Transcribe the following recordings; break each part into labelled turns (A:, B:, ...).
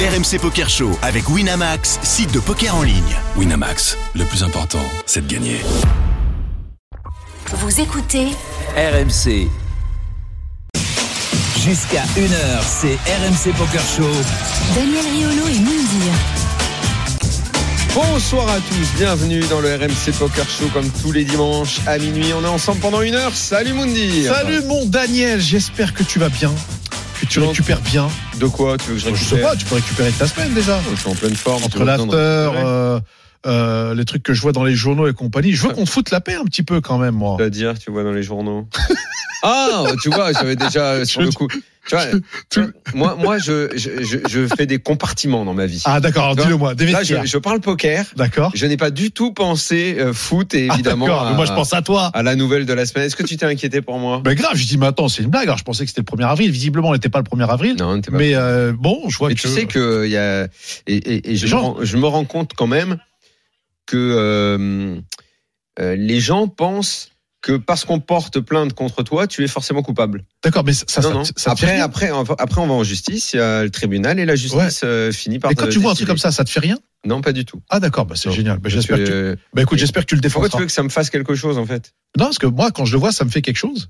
A: RMC Poker Show avec Winamax, site de poker en ligne.
B: Winamax, le plus important, c'est de gagner.
C: Vous écoutez
D: RMC. Jusqu'à 1h, c'est RMC Poker Show.
C: Daniel Riolo et Moundir.
E: Bonsoir à tous, bienvenue dans le RMC Poker Show comme tous les dimanches à minuit. On est ensemble pendant une heure. Salut Mundi
F: Salut mon Daniel, j'espère que tu vas bien, que tu
E: Non.
F: récupères bien.
E: De quoi tu veux que je
F: Je sais
E: récupère
F: pas, tu peux récupérer de ta semaine déjà.
E: Je suis en pleine forme. tu
F: Entre
E: veux
F: l'after,
E: attendre.
F: euh, euh, les trucs que je vois dans les journaux et compagnie,
E: Ah.
F: je veux qu'on te foute la paix un petit peu quand même, moi.
E: C'est-à-dire, tu vois, dans les journaux. ah, tu vois, j'avais déjà euh, sur
F: Je-
E: le coup. Tu vois, tu vois, moi, moi je, je, je- je fais des compartiments dans ma vie.
F: Ah d'accord, alors
E: Non.
F: dis-le moi, des
E: Là, je,
F: vestiaires.
E: je parle poker.
F: D'accord.
E: Je n'ai pas du tout pensé euh, foot et
F: Ah,
E: évidemment euh,
F: d'accord, mais
E: à,
F: moi je pense à toi.
E: à la nouvelle de la semaine. Est-ce que tu t'es inquiété pour moi
F: Ben grave, je dis mais attends, c'est une blague. Alors je pensais que c'était le 1er avril. Visiblement, on n'était pas le 1er avril.
E: Non, t'es pas.
F: mais euh, bon, je vois
E: Mais
F: que
E: tu sais que il y a et, et- et je,
F: Les
E: me
F: gens-
E: rends, je me rends compte quand même que euh, euh, les gens pensent que parce qu'on porte plainte contre toi, tu es forcément coupable.
F: D'accord, mais ça, ça,
E: non, non.
F: ça- ça te fait
E: après, après,
F: rien
E: on va- après, on va en justice. Il y a le tribunal et la justice euh, finit par.
F: Et quand
E: te
F: tu vois un truc
E: décider.
F: comme ça, ça te fait rien
E: non, pas du tout.
F: Ah d'accord, bah, c'est
E: Non.
F: génial. Bah,
E: Parce
F: j'espère que tu...
E: que-
F: bah, écoute, j'espère que tu le
E: Pourquoi tu
F: défendras.
E: veux que ça me fasse quelque chose en fait
F: Non, parce que moi, quand je le vois, ça me fait quelque chose.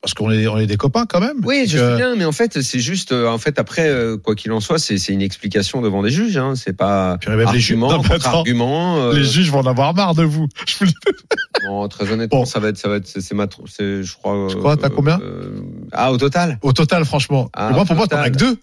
F: Parce qu'on est, on est des copains quand même.
E: Oui,
F: Et
E: je
F: que-
E: sais bien, mais en fait, c'est juste, euh, en fait, après, euh, quoi qu'il en soit, c'est c'est une explication devant des juges. Hein, c'est pas
F: Puis même les juges-
E: argument,
F: non, mais attends.
E: argument. euh,
F: Les juges vont en avoir marre de vous. Je vous le dis.
E: Bon, très honnêtement,
F: Bon.
E: ça va être, ça va être, c'est- c'est ma, tr- c'est, je crois.
F: Tu crois, t'as combien
E: euh, Ah, au total,
F: Au total, franchement.
E: Ah,
F: Et moi, pour
E: au
F: moi, t'en as
E: total.
F: que deux.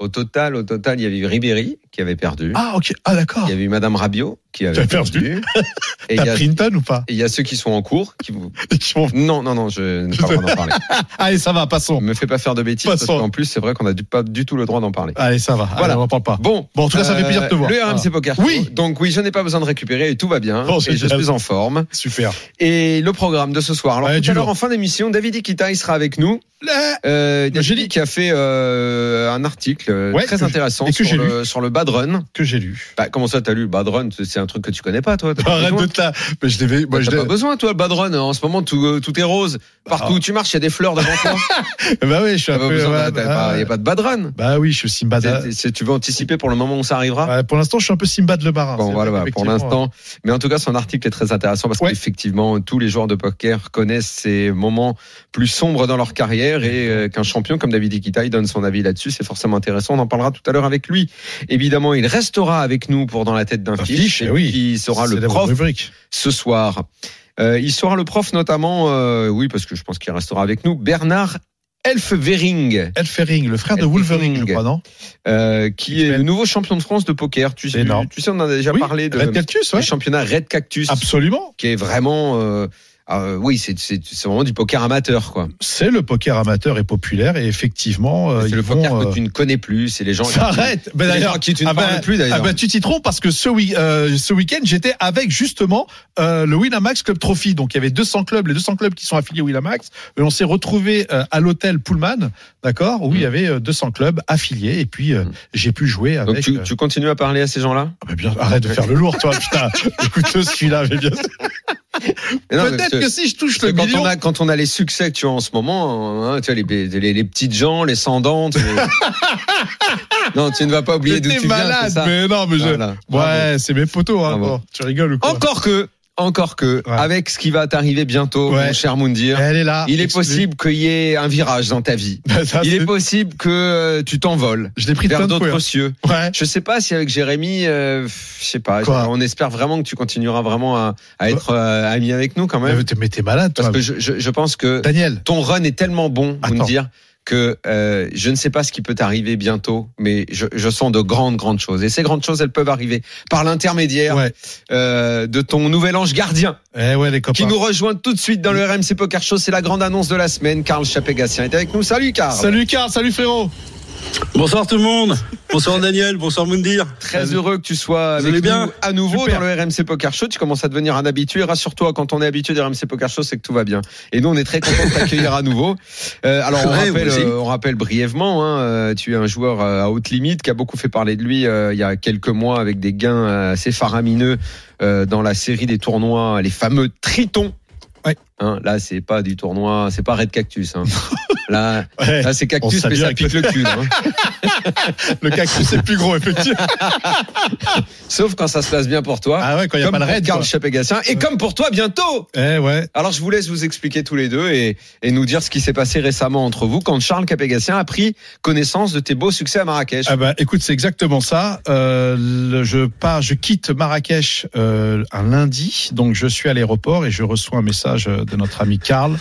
E: au total, au total, il y avait Ribéry qui avait perdu.
F: Ah, ok. Ah, d'accord.
E: Il y avait Madame Rabiot qui avait
F: Qui a
E: perdu.
F: perdu.
E: et il y
F: T'as
E: a,
F: pris une tonne ou pas
E: et il y a ceux qui sont en cours. Qui... vous-
F: Et qui vont-
E: Non, non, non, je n'ai pas le droit d'en parler.
F: Allez, ça va, passons.
E: Me fais pas faire de bêtises parce
F: Passons.
E: qu'en plus, c'est vrai qu'on n'a du- pas du tout le droit d'en parler.
F: Allez, ça va.
E: Voilà.
F: Voilà, on en parle pas.
E: Bon. Euh,
F: Bon, en tout cas, ça fait plaisir de te voir.
E: Le
F: Voilà.
E: RMC Poker. Show.
F: Oui.
E: Donc oui, je n'ai pas besoin de récupérer et tout va bien.
F: Bon,
E: et je
F: génial.
E: suis en forme.
F: Ah, Super.
E: Et le programme de ce soir. Alors,
F: Ouais,
E: tout
F: du
E: à l'heure,
F: lourd.
E: en fin d'émission, David Ikita, il sera avec nous.
F: Là,
E: Euh,
F: Mais j'ai
E: David
F: lu-
E: qui a fait euh, un article euh,
F: Ouais,
E: très
F: que j'ai-
E: intéressant
F: et que
E: sur
F: j'ai
E: le, sur le bad run.
F: que j'ai lu.
E: Bah, comment ça, t'as lu le bad run C'est un truc que tu connais pas, toi. T'as pas
F: Bah, Arrête
E: besoin. Bah,
F: de te la. Mais je l'avais. Moi,
E: T'as
F: je
E: pas
F: l'ai-
E: besoin, toi, le bad run. En ce moment, tout, euh, tout est rose. Partout
F: Ah.
E: où tu marches, il y a des fleurs devant toi.
F: Bah oui, je suis
E: T'as
F: un
E: pas
F: peu.
E: besoin,
F: voilà,
E: t'as pas- Il n'y a pas de bad run.
F: Bah oui, je suis Simba. de-
E: C'est- c'est- Tu veux anticiper pour le moment où ça arrivera
F: Ouais, Pour l'instant, je suis un peu Simba de le marin.
E: Bon,
F: C'est
E: voilà,
F: vrai
E: voilà, pour
F: qu'effectivement,
E: l'instant. Mais en tout cas, son article est très intéressant parce
F: bah, Ouais.
E: qu'effectivement, tous les joueurs de poker connaissent ces moments plus sombres dans leur carrière et euh, qu'un champion comme David Iquita, il donne son avis là-dessus. C'est forcément intéressant. On en parlera tout à l'heure avec lui. Évidemment, il restera avec nous pour Dans la tête d'un
F: Un
E: fiche,
F: fiche,
E: et
F: eh oui.
E: qui sera
F: c'est
E: le
F: la
E: prof
F: rubrique.
E: ce soir. Euh, il sera le prof notamment, euh, oui, parce que je pense qu'il restera avec nous, Bernard Elfvering,
F: Elfering, le frère de
E: Elfering.
F: Wolverine, je crois, non
E: euh, qui est
F: X-Men.
E: le nouveau champion de France de poker. Tu,
F: C'est énorme.
E: tu sais, on en a déjà
F: Oui,
E: parlé de,
F: Red Cactus,
E: du
F: ouais.
E: championnat Red Cactus
F: Absolument.
E: qui est vraiment euh, euh, oui c'est c'est c'est vraiment du poker amateur quoi
F: C'est le poker amateur et populaire, et effectivement, euh,
E: c'est
F: ils
E: le
F: vont.
E: poker
F: euh,
E: que tu ne connais plus c'est les gens
F: Ça arrête.
E: c'est
F: Ben
E: les
F: d'ailleurs,
E: gens à qui tu ne
F: ah ben-
E: parles plus d'ailleurs
F: Ah ben, tu t'y trompes parce que ce, week- euh, ce week-end, j'étais avec justement euh, le Winamax Club Trophy. Donc il y avait 200 clubs, les 200 clubs qui sont affiliés au Winamax. Et on s'est retrouvé à l'hôtel Pullman, d'accord, où il y avait euh, 200 clubs affiliés. Et puis euh,
E: Mm.
F: j'ai pu jouer avec.
E: donc tu,
F: euh,
E: tu continues à parler à ces gens là
F: ah ben, bien- arrête de faire le lourd, toi, putain. Écoute, celui-là, mais bien sûr. Peut-être que si je touche le
E: quand
F: million.
E: on a quand on a les succès que tu as en ce moment hein, tu as les, les les petites gens les sans dents tu- non tu ne vas pas oublier d'où tu
F: J'étais
E: viens c'est
F: malade,
E: ça
F: mais non, mais je.
E: Voilà. Bravo.
F: Ouais, c'est mes potos, hein.
E: Bravo.
F: bon. tu rigoles ou quoi
E: encore que encore que
F: Ouais.
E: avec ce qui va t'arriver bientôt
F: Ouais.
E: mon cher Moundir
F: Elle est là.
E: il est
F: exclue.
E: possible qu'il y ait un virage dans ta vie
F: Ça,
E: il est
F: Ah, c'est-
E: possible que euh, tu t'envoles
F: Je l'ai pris
E: vers
F: plein de hein.
E: d'autres
F: fois.
E: cieux.
F: Ouais.
E: Je sais pas si avec Jérémy, euh, je sais pas.
F: Quoi
E: on espère vraiment que tu continueras vraiment à, à être euh, ami avec nous quand
F: Mais
E: même,
F: t'es- Mais t'es malade,
E: parce
F: toi.
E: que je, je, je pense que
F: Daniel.
E: ton run est tellement bon, vous me
F: Attends.
E: dire que euh, je ne sais pas ce qui peut t'arriver bientôt, mais je, je sens de grandes grandes choses. Et ces grandes choses, elles peuvent arriver par l'intermédiaire
F: Ouais.
E: euh, de ton nouvel ange gardien
F: Eh ouais, les copains.
E: qui nous rejoint tout de suite dans le RMC Poker Show. C'est la grande annonce de la semaine. Karl Chapégassien est avec nous. Salut Karl.
F: Salut Karl, salut frérot.
G: Bonsoir tout le monde. Bonsoir Daniel. Bonsoir Moundir.
E: Très heureux que tu sois
G: Vous
E: avec
G: allez bien
E: nous à nouveau
F: Super.
E: dans le RMC Poker Show. Tu commences à devenir un habitué. Rassure-toi, quand on est habitué des RMC Poker Show, c'est que tout va bien. Et nous, on est très contents de t'accueillir à nouveau. Euh, alors, on,
G: Ouais,
E: rappelle,
G: vous aussi.
E: euh, on rappelle brièvement, hein, euh, tu es un joueur euh, à haute limite qui a beaucoup fait parler de lui euh, il y a quelques mois avec des gains euh, assez faramineux euh, dans la série des tournois, les fameux Tritons.
F: Ouais.
E: Hein, là, c'est pas du tournoi, c'est pas Red Cactus. hein. Là,
F: Ouais,
E: là
G: Eh,
E: c'est
F: On
E: Cactus,
F: s'amuse
E: mais ça
F: avec
E: pique le cul. hein.
F: le cactus c'est plus gros, effectivement.
E: Sauf quand ça se passe bien pour toi.
F: Ah ouais, quand il n'y a
E: comme
F: pas le
E: pour
F: raid.
E: Karl
F: quoi.
E: Chapegassin et comme pour toi bientôt.
F: Eh ouais.
E: Alors je vous laisse vous expliquer tous les deux et, et nous dire ce qui s'est passé récemment entre vous quand Charles Capegassien a pris connaissance de tes beaux succès à Marrakech.
F: Ah bah, écoute, c'est exactement ça. Euh, le- je pars, je quitte Marrakech euh, un lundi, donc je suis à l'aéroport et je reçois un message euh, de notre ami Karl.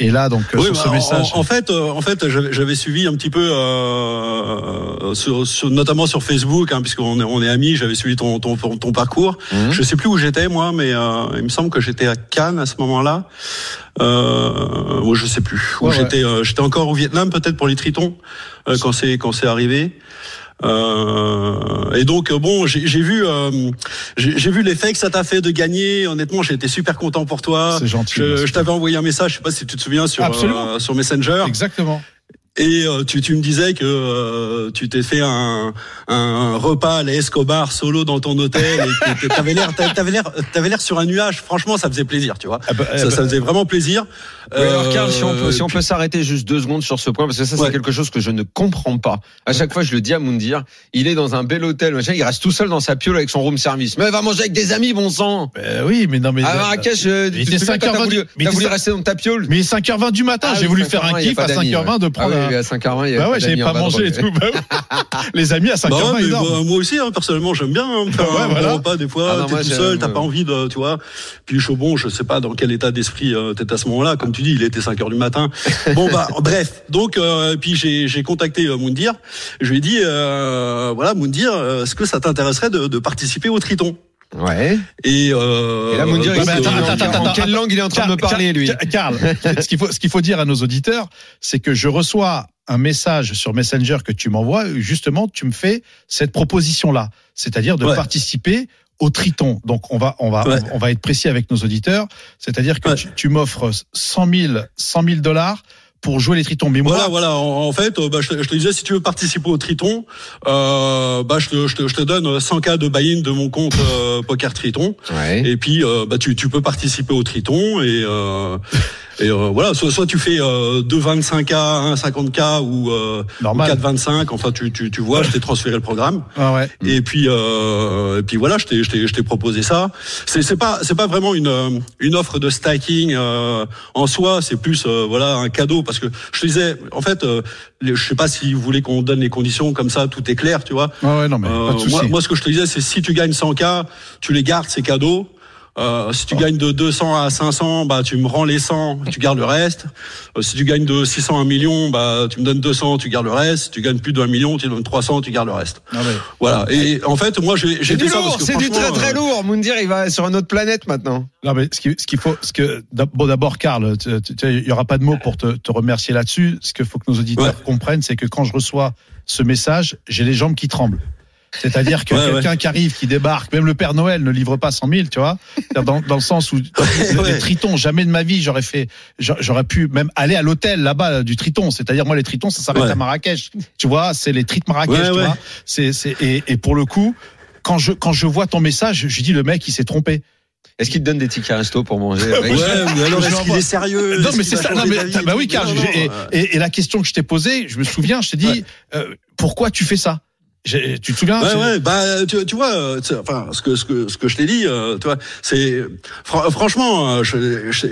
F: Et là, donc euh,
G: Oui,
F: sur
G: bah,
F: ce
G: en-
F: message,
G: En, fait, euh, en fait, j'avais j'avais suivi un petit peu, euh, sur, sur- notamment sur Facebook, hein, puisqu'on est, on est amis. J'avais suivi ton, ton, ton, ton parcours.
E: Mhm.
G: Je sais plus où j'étais moi, mais euh, il me semble que j'étais à Cannes à ce moment-là. Euh, ouais, je sais plus. Où
F: Ouais, ouais.
G: j'étais, euh, j'étais encore au Vietnam peut-être pour les Tritons euh, quand c'est quand c'est arrivé. Euh, et donc euh, bon, j'ai j'ai vu, euh, j'ai j'ai vu l'effet que ça t'a fait de gagner. Honnêtement, j'ai été super content pour toi.
F: c'est gentil.
G: Je,
F: merci.
G: je t'avais envoyé un message, je sais pas si tu te souviens sur
F: Absolument.
G: euh, sur Messenger,
F: Exactement.
G: et euh, tu, tu me disais que euh, tu t'es fait un, un repas à la Escobar solo dans ton hôtel, et que t'avais l'air t'a- t'avais l'air t'avais l'air sur un nuage. Franchement, ça faisait plaisir, tu vois.
F: Ah bah, eh
G: Ça,
F: bah,
G: ça faisait vraiment plaisir.
E: Oui, alors Karl, si on
G: Euh,
E: peut, si on peut s'arrêter juste deux secondes sur ce point, parce que ça, c'est
G: Ouais.
E: quelque chose que je ne comprends pas. À chaque fois, je le dis à Moundir, il est dans un bel hôtel, machin, il reste tout seul dans sa piole avec son room service. Mais va manger avec des amis, bon sang
F: euh, oui, mais non, mais.
E: À Marrakech, euh,
F: il
E: tu te
F: était
E: souviens quand t'as
F: 5h20,
E: voulu,
F: mais
E: t'as
F: il
E: voulu
F: était-
E: rester dans ta piole
F: Mais 5h20 du matin,
E: Ah
F: j'ai
E: oui,
F: voulu
E: 5h20,
F: faire un
E: il y a
F: kiff
E: pas
F: à
E: d'amis,
F: 5h20 de
E: ouais.
F: prendre.
E: Ah oui, oui,
F: un-
E: à 5h20, il y a
F: Bah
E: pas
F: ouais, j'avais
E: d'amis, on
F: pas
E: va
F: mangé et
E: dans-
F: tout. bah oui. Les amis à
G: bah ouais,
F: 5h20,
G: mais
F: énorme.
G: bah, moi aussi, hein, personnellement, j'aime bien. hein, me faire
F: Ouais,
G: un
F: voilà.
G: bon repas des fois,
E: Ah non,
G: t'es
E: moi,
G: tout
E: j'ai-
G: seul, t'as pas envie de, tu vois. Puis Chaubon, je sais pas dans quel état d'esprit euh, t'étais à ce moment-là. Comme tu dis, il était 5 heures du matin. Bon bah, bref. Donc, euh, puis j'ai j'ai contacté euh, Moundir. Je lui ai dit, euh, voilà, Moundir, euh, est-ce que ça t'intéresserait de, de participer au Triton
E: Ouais.
G: Et, euh,
E: Et là, Moundir, il
G: bah,
E: s'est
F: attends,
E: dit,
F: attends,
E: en-
F: attends,
E: en quelle
F: attends.
E: langue il est en train de me
F: Car-
E: parler,
F: Car-
E: lui
F: Car- Carl, ce qu'il faut, ce qu'il faut dire à nos auditeurs, c'est que je reçois un message sur Messenger que tu m'envoies, où justement, tu me fais cette proposition-là, c'est-à-dire de
G: Ouais.
F: participer au Triton. Donc, on va, on va,
G: Ouais.
F: on, va être précis avec nos auditeurs, c'est-à-dire que
G: Ouais.
F: tu, tu m'offres 100 000, 100 000 dollars pour jouer les Tritons. Mais moi,
G: Voilà, voilà. En, en fait, euh, bah, je, te, je te disais, si tu veux participer au Triton, euh, bah, je, te, je, te, je te donne 100 k de buy-in de mon compte euh, Poker Triton.
E: Ouais.
G: Et puis, euh, bah, tu, tu peux participer au Triton et, euh, et euh, voilà. Soit, soit tu fais euh, 2 25K, 1 50K ou, euh, ou
F: normal.
G: 4 25. Enfin, tu, tu, tu vois, je t'ai transféré le programme.
F: Ah ouais.
G: Et puis, euh, et puis voilà, je t'ai, je t'ai, je t'ai proposé ça. C'est, c'est pas, c'est pas vraiment une, euh, une offre de stacking euh, en soi. C'est plus, euh, voilà, un cadeau parce que je te disais, en fait, euh, les- je sais pas si vous voulez qu'on donne les conditions comme ça, tout est clair, tu vois.
F: Ah ouais, non, mais
G: Euh,
F: pas de souci.
G: moi, moi, ce que je te disais, c'est si tu gagnes 100K, tu les gardes, c'est cadeau. Euh, si tu
F: Ah.
G: gagnes de 200 à 500, bah tu me rends les 100, tu gardes le reste. Euh, si tu gagnes de 600 à 1 million, bah tu me donnes 200, tu gardes le reste. Si tu gagnes plus de 1 million, tu me donnes 300, tu gardes le reste.
F: Ah ouais.
G: Voilà. Et en fait, moi, j'ai
E: C'est
G: j'ai
E: du
G: fait ça parce
E: lourd,
G: que
E: c'est du très
G: franchement,
E: très
G: euh,
E: lourd. Moundir, il va sur une autre planète maintenant.
F: Non, mais ce qu'il ce qu'il faut, ce que d'ab- bon d'abord, Karl, tu- tu- tu- il y aura pas de mots pour te, te remercier là-dessus. Ce qu'il faut que nos auditeurs comprennent, c'est que quand je reçois ce message, j'ai les jambes qui tremblent. C'est-à-dire que
G: Ouais,
F: quelqu'un qui arrive, qui débarque, même le Père Noël ne livre pas 100 000, tu vois. C'est-à-dire Dans, dans le sens où le-
G: ouais.
F: les tritons, jamais de ma vie, j'aurais fait, j'a- j'aurais pu même aller à l'hôtel là-bas euh, du triton. C'est-à-dire moi, les tritons, ça s'arrête
G: Ouais.
F: à Marrakech. Tu vois, c'est les trites Marrakech,
G: Ouais,
F: tu
G: ouais.
F: vois. C'est, c'est, et, et pour le coup, quand je quand je vois ton message, je dis le mec, il s'est trompé.
E: Est-ce qu'il te donne des tickets resto pour manger
G: Ouais,
E: avec
G: mais alors
F: Je
G: est-ce
F: l'envoie.
G: qu'il est sérieux
F: Non,
G: Est-ce
F: mais
G: qu'il
F: c'est
G: va
F: ça. Non,
G: changer
F: mais,
G: d'avis
F: t'as- bah oui, car
G: Non,
F: j'ai-
G: non,
F: et,
G: euh,
F: et- et la question que je t'ai posée, je me souviens, je t'ai dit,
G: Ouais.
F: euh, pourquoi tu fais ça J'ai- Tu te souviens
G: Ouais,
F: j'ai-
G: ouais, bah, tu, tu vois, euh, tu sais, enfin, ce que, ce que, ce que je t'ai dit, euh, tu vois, c'est, fran- franchement, euh, je, je-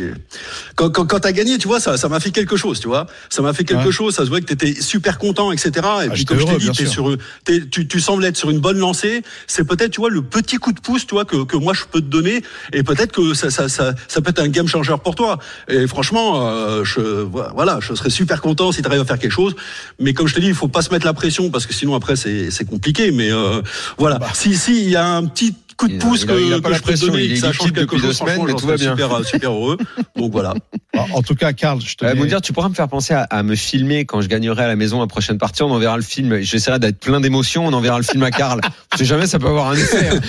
G: quand, quand, quand t'as gagné, tu vois, ça, ça m'a fait quelque chose, tu vois, ça m'a fait quelque
F: Ouais. Ah,
G: chose, ça se voit que t'étais super content, etc. Et puis,
F: j'étais
G: comme
F: heureux,
G: je t'ai
F: bien
G: dit, t'es
F: sûr.
G: sur, t'es- tu, tu sembles être sur une bonne lancée, c'est peut-être, tu vois, le petit coup de pouce, tu vois, que, que moi je peux te donner, et peut-être que ça, ça, ça, ça peut être un game changer pour toi. Et franchement, euh, je, voilà, je serais super content si t'arrives à faire quelque chose, mais comme je te dis, il faut pas se mettre la pression, parce que sinon après, c'est c'est compliqué, mais euh, voilà. Si, si, il y a un petit coup de
E: Bah. Il a- il
G: pouce
E: a-
G: que,
E: il a pas
G: que
E: la
G: je peux te
E: pression,
G: donner,
E: il est
G: que ça change
E: liquide
G: quelque
E: depuis deux
G: chose,
E: semaines,
G: franchement,
E: mais
G: j'en
E: tout va
G: serais
E: bien.
G: super, euh, super heureux. Donc voilà.
F: En- En tout cas, Karl, je te
E: Euh,
F: mets-
E: Mounir, tu pourras me faire penser à, à me filmer quand je gagnerai à la maison la prochaine partie. On enverra le film. J'essaierai d'être plein d'émotions. On enverra le film à Karl. Je sais jamais, ça peut avoir un effet. hein.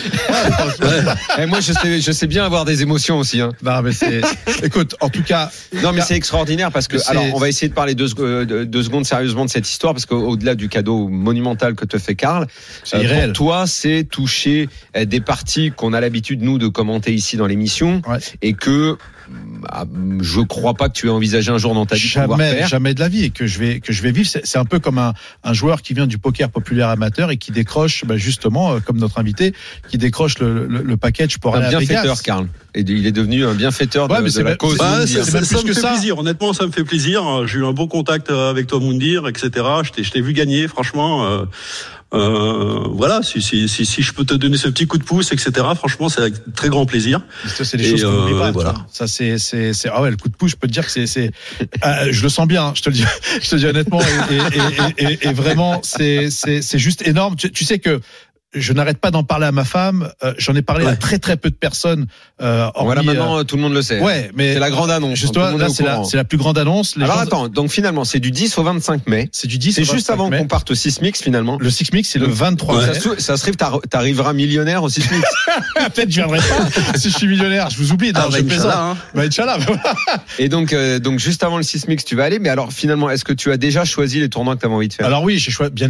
E: Ouais. Et moi, je sais, je sais bien avoir des émotions aussi. hein.
F: Non, mais c'est. Écoute, en tout cas,
E: Non, mais c'est extraordinaire parce que.
F: Ah. C'est-
E: Alors, on va essayer de parler deux, sec- euh, de- deux secondes sérieusement de cette histoire parce qu'au-delà du cadeau monumental que te fait Karl,
F: c'est
E: euh,
F: irréel.
E: pour toi, c'est toucher euh, des parties qu'on a l'habitude nous de commenter ici dans l'émission
F: Ouais.
E: et que ah, je crois pas que tu aies envisagé un jour dans ta vie de pouvoir
F: jamais,
E: faire.
F: jamais de la vie et que je vais que je vais vivre. C'est c'est un peu comme un, un joueur qui vient du poker populaire amateur et qui décroche bah, justement, euh, comme notre invité, qui décroche le, le, le package pour aller
E: Un
F: à Vegas.
E: bienfaiteur, Karl. Et il est devenu un bienfaiteur
F: Ouais,
E: de,
F: mais
E: de
F: c'est
E: la
F: même-
E: cause.
F: c'est-
E: mondiale.
G: Bah,
F: Moundir.
G: ça, ça-
F: même
G: ça
F: plus
G: me
F: que
G: fait
F: ça.
G: plaisir. Honnêtement, ça me fait plaisir. J'ai eu un bon contact euh, avec toi, Moundir, etc. Je t'ai, je t'ai vu gagner, franchement. euh, euh, voilà, si, si, si, si je peux te donner ce petit coup de pouce, etc. Franchement, c'est avec très grand plaisir.
F: Ça, c'est des
G: Et,
F: choses qu'on n'oublie
G: euh,
F: pas. tu
G: voilà.
F: vois. Ça, c'est, c'est, c'est, ah ouais, le coup de pouce, je peux te dire que c'est, c'est, Ah, je le sens bien. hein, Je te le dis, je te le dis honnêtement. Et, et- et- et- et vraiment, c'est, c'est, c'est juste énorme. Tu, tu sais que je n'arrête pas d'en parler à ma femme. euh, J'en ai parlé à
G: Ouais.
F: très, très peu de personnes. Euh,
E: Voilà,
F: hormis,
E: maintenant, tout le monde le sait.
F: euh, ouais, mais
E: C'est la grande annonce. hein,
F: Juste
E: Tout le
F: toi,
E: monde
F: là,
E: est au
F: c'est la,
E: courant.
F: c'est la plus grande annonce. Les
E: Alors
F: gens-
E: attends, donc finalement, c'est du 10 au 25 mai.
F: c'est du 10.
E: C'est
F: au
E: juste
F: 25
E: avant
F: mai.
E: qu'on parte au Sismix finalement.
F: Le Six Mix, c'est le 23
E: Ça
F: mai.
E: se trouve- Ça se trouve, t'arri- t'arriveras millionnaire au Sismix.
F: Peut-être je viendrai pas si je suis millionnaire. Je vous oublie. Non,
G: Ah, bah,
F: je plaisante.
G: Inch'Allah, hein.
F: Bah, Inch'Allah.
E: Et donc, euh, donc juste avant le Sismix, tu vas aller. Mais alors finalement, est-ce que tu as déjà choisi les tournois que tu avais envie de
G: Euh,
E: faire
F: Alors oui, j'ai choisi, bien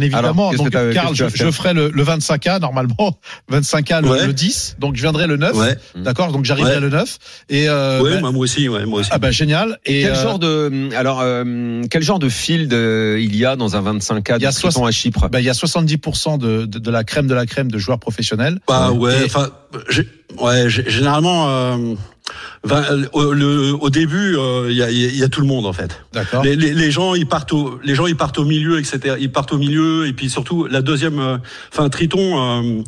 E: Alors,
F: évidemment.
E: qu'est-ce
F: donc,
E: que t'as-
F: Karl,
E: qu'est-ce
F: je,
E: que tu vas faire
F: je ferai le, le 25K, normalement. 25K le,
G: Ouais.
F: le 10. Donc, je viendrai le 9.
G: Ouais,
F: D'accord? Donc, j'arriverai
G: Ouais.
F: le 9. Et, euh,
G: ouais,
F: bah,
G: moi, moi aussi, ouais, moi aussi.
F: ah bah, génial. Et,
E: Quel
F: euh,
E: genre de alors euh, quel genre de field euh, il y a dans un 25K
F: Il y a
E: de triton à Chypre
F: bah, il y a 70% de, de, de la crème de la crème de joueurs professionnels.
G: Bah ouais,
F: Et-
G: enfin, j'ai- ouais, j'ai- généralement, euh, ben, euh, au, le- au début, euh, il y, a, il y a- il y a tout le monde en fait.
F: D'accord.
G: Les, les- les gens, ils partent au, les gens, ils partent au milieu, etc. Ils partent au milieu, et puis surtout la deuxième, euh, enfin Triton, euh,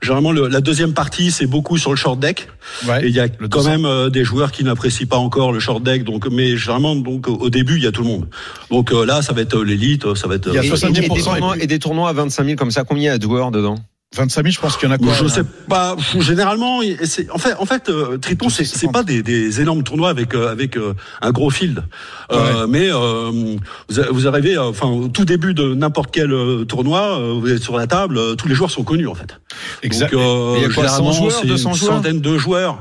G: généralement le- la deuxième partie, c'est beaucoup sur le short deck.
F: Ouais.
G: Et il y a
F: Le
G: quand
F: 200.
G: même euh, des joueurs qui n'apprécient pas encore le short deck. Donc, mais généralement, donc au- au début, il y a tout le monde. Donc euh, là, ça va être euh, l'élite, ça va être.
F: Il y a
G: euh,
E: et, et- et
F: 70%
E: des tournois,
F: et
E: et des tournois à 25 000 comme ça, combien il y a de joueurs dedans
F: 25 000, je pense qu'il y en a quoi? euh,
G: je
F: là
G: sais pas. Pff, Généralement, il- c'est en fait, en fait, euh, Triton, c'est c'est pas des, des énormes tournois avec euh, avec euh, un gros field. Euh, Mais euh, vous, a- vous arrivez, euh, enfin, au tout début de n'importe quel euh, tournoi, euh, vous êtes sur la table, euh, tous les joueurs sont connus en fait.
F: Exact.
G: Donc, euh,
E: Et il y a quoi, 100
G: généralement,
E: joueurs,
G: c'est
E: 200
G: une
E: joueurs
G: centaine de joueurs.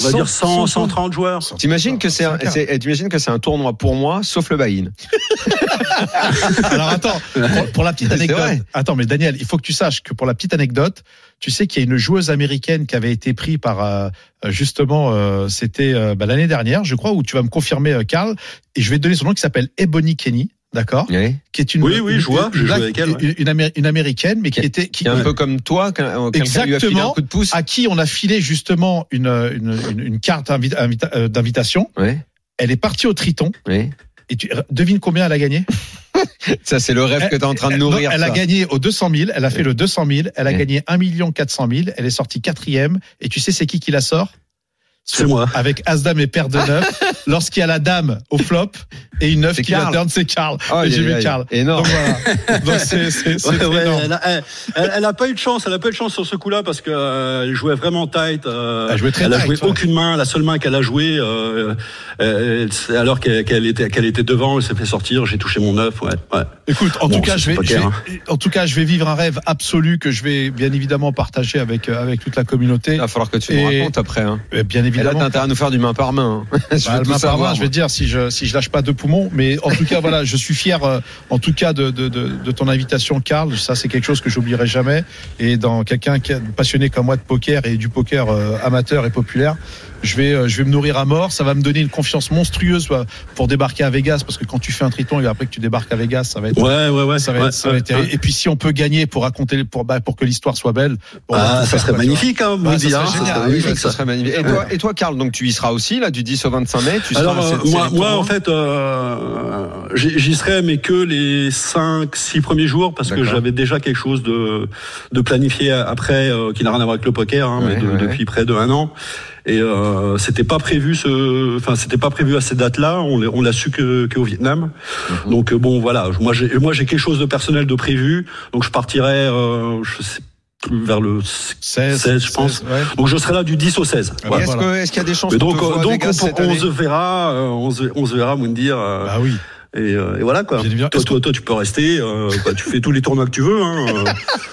G: On va
E: 100,
G: dire 100,
E: 100,
G: 130 joueurs.
E: T'imagines que c'est un-
F: 25K.
E: c'est- eh, t'imagines que c'est un tournoi pour moi, sauf le buy-in.
F: Alors attends, pour, pour la petite
E: C'est
F: anecdote.
E: vrai.
F: Attends, mais Daniel, il faut que tu saches que pour la petite anecdote, tu sais qu'il y a une joueuse américaine qui avait été prise par euh, euh, justement, euh, c'était euh, bah, l'année dernière, je crois, où tu vas me confirmer, euh, Karl, et je vais te donner son nom qui s'appelle Ebony Kenny, d'accord,
E: Ouais.
F: qui est une
G: Oui, oui,
F: une-
G: je vois,
F: une-
G: j'ai joué avec elle, ouais.
F: une, une Amé- une américaine, mais qui
E: Qui-
F: était
E: Qui
F: qui,
E: est un peu comme toi, qu'un- quelqu'un lui a filé un
F: Exactement.
E: coup de pouce.
F: à qui on a filé justement une une, une- une carte invi- invita- euh, d'invitation.
E: Ouais,
F: Elle est partie au Triton
E: ouais.
F: et tu euh, devine combien elle a gagné
E: Ça c'est le rêve que t'es en train de
F: Non,
E: nourrir.
F: elle a
E: ça.
F: gagné au 200 000, elle a fait le 200 000, elle a
E: Ouais.
F: gagné 1 400 000, elle est sortie quatrième, et tu sais c'est qui qui la sort
G: C'est moi.
F: Avec As-Dame et paire de neuf, lorsqu'il y a la dame au flop, et une neuf
E: C'est
F: qui la
E: Karl.
F: turn, c'est Karl.
E: Oh,
F: et
E: il
F: j'ai
E: est-
F: vu
E: il est
F: Karl.
E: Énorme.
F: Donc voilà. Donc c'est c'est- c'est
G: Ouais, ouais,
F: énorme.
G: elle, a, elle, elle- elle a pas eu de chance, elle a pas eu de chance sur ce coup-là parce que euh, elle jouait vraiment tight. euh,
F: Elle jouait très
G: a
F: tight,
G: joué
F: ouais.
G: aucune main, la seule main qu'elle a jouée, euh, euh, elle- alors qu'elle qu'elle était, qu'elle était devant, elle s'est fait sortir. J'ai touché mon œuf, ouais. ouais.
F: Écoute, en
G: Bon,
F: tout cas,
G: c'est hein.
F: je vais,
G: poker,
F: je vais- en tout cas, je vais vivre un rêve absolu que je vais bien évidemment partager avec euh, avec toute la communauté.
E: Il va falloir que tu nous
F: Et-
E: racontes après. Hein.
F: Euh, Bien
E: Et là,
F: évidemment.
E: t'as intérêt à nous faire du main par main. hein. je
F: Bah,
E: veux
F: le
E: tout
F: main par
E: savoir,
F: main, je vais
E: moi.
F: te dire si je si je lâche pas deux poumons, mais en tout cas voilà, je suis fier euh, en tout cas de, de, de, de ton invitation, Karl. Ça c'est quelque chose que j'oublierai jamais. Et dans quelqu'un qui est passionné comme moi de poker et du poker euh, amateur et populaire, je vais euh, je vais me nourrir à mort. Ça va me donner une confiance monstrueuse euh, pour débarquer à Vegas parce que quand tu fais un triton et après que tu débarques à Vegas, ça va être
G: Ouais, ouais, ouais.
F: ça va
G: ouais,
F: être- ça va être terrible. Et puis si on peut gagner pour raconter pour bah, pour que l'histoire soit belle, bon, on va
G: Ah,
F: tout
G: ça
F: faire,
G: serait
F: quoi, tu vois.
G: magnifique, hein,
F: Bah,
G: Moody,
F: ça
G: hein,
F: serait
G: ça
F: génial,
G: serait
E: Oui,
G: magnifique,
E: Ah, ça
G: ça.
E: serait magnifique. Et toi, et toi, Karl, donc tu y seras aussi là du 10 au 25 mai. Tu
G: Alors
E: seras à
G: euh,
E: cette
G: moi,
E: série de
G: moi
E: tournois.
G: en fait, euh, j'y j'y serais mais que les 5 six premiers jours parce que
E: D'accord.
G: j'avais déjà quelque chose de de planifié après euh, qui n'a rien à voir avec le poker, hein,
E: Ouais,
G: mais de-
E: ouais,
G: depuis près de un an. Et euh, c'était pas prévu ce, enfin c'était pas prévu à ces dates-là. On l'a- on l'a su que qu'au Vietnam.
E: Mhm.
G: Donc euh, bon voilà, moi j'ai moi j'ai quelque chose de personnel de prévu. Donc je partirais, euh, je sais plus vers le
F: 16,
G: 16, je pense.
F: ouais.
G: Donc je serai là du 10 au 16.
F: Ah
E: Et
F: bah,
G: Voilà.
E: Est-ce
F: voilà.
E: que- est-ce qu'il y a des chances
G: Mais
E: qu'on
G: donc,
E: te voit
G: euh,
E: à
G: donc
E: Vegas
G: on,
E: cette
G: on
E: année
G: se verra, euh, on se, on se verra, Moundir. euh,
F: Bah oui.
G: et, euh, et voilà quoi.
F: Bien évidemment.
G: Toi,
F: Est-ce
G: toi, toi, tu peux rester. euh, bah, tu fais tous les tournois que tu veux. Hein. euh.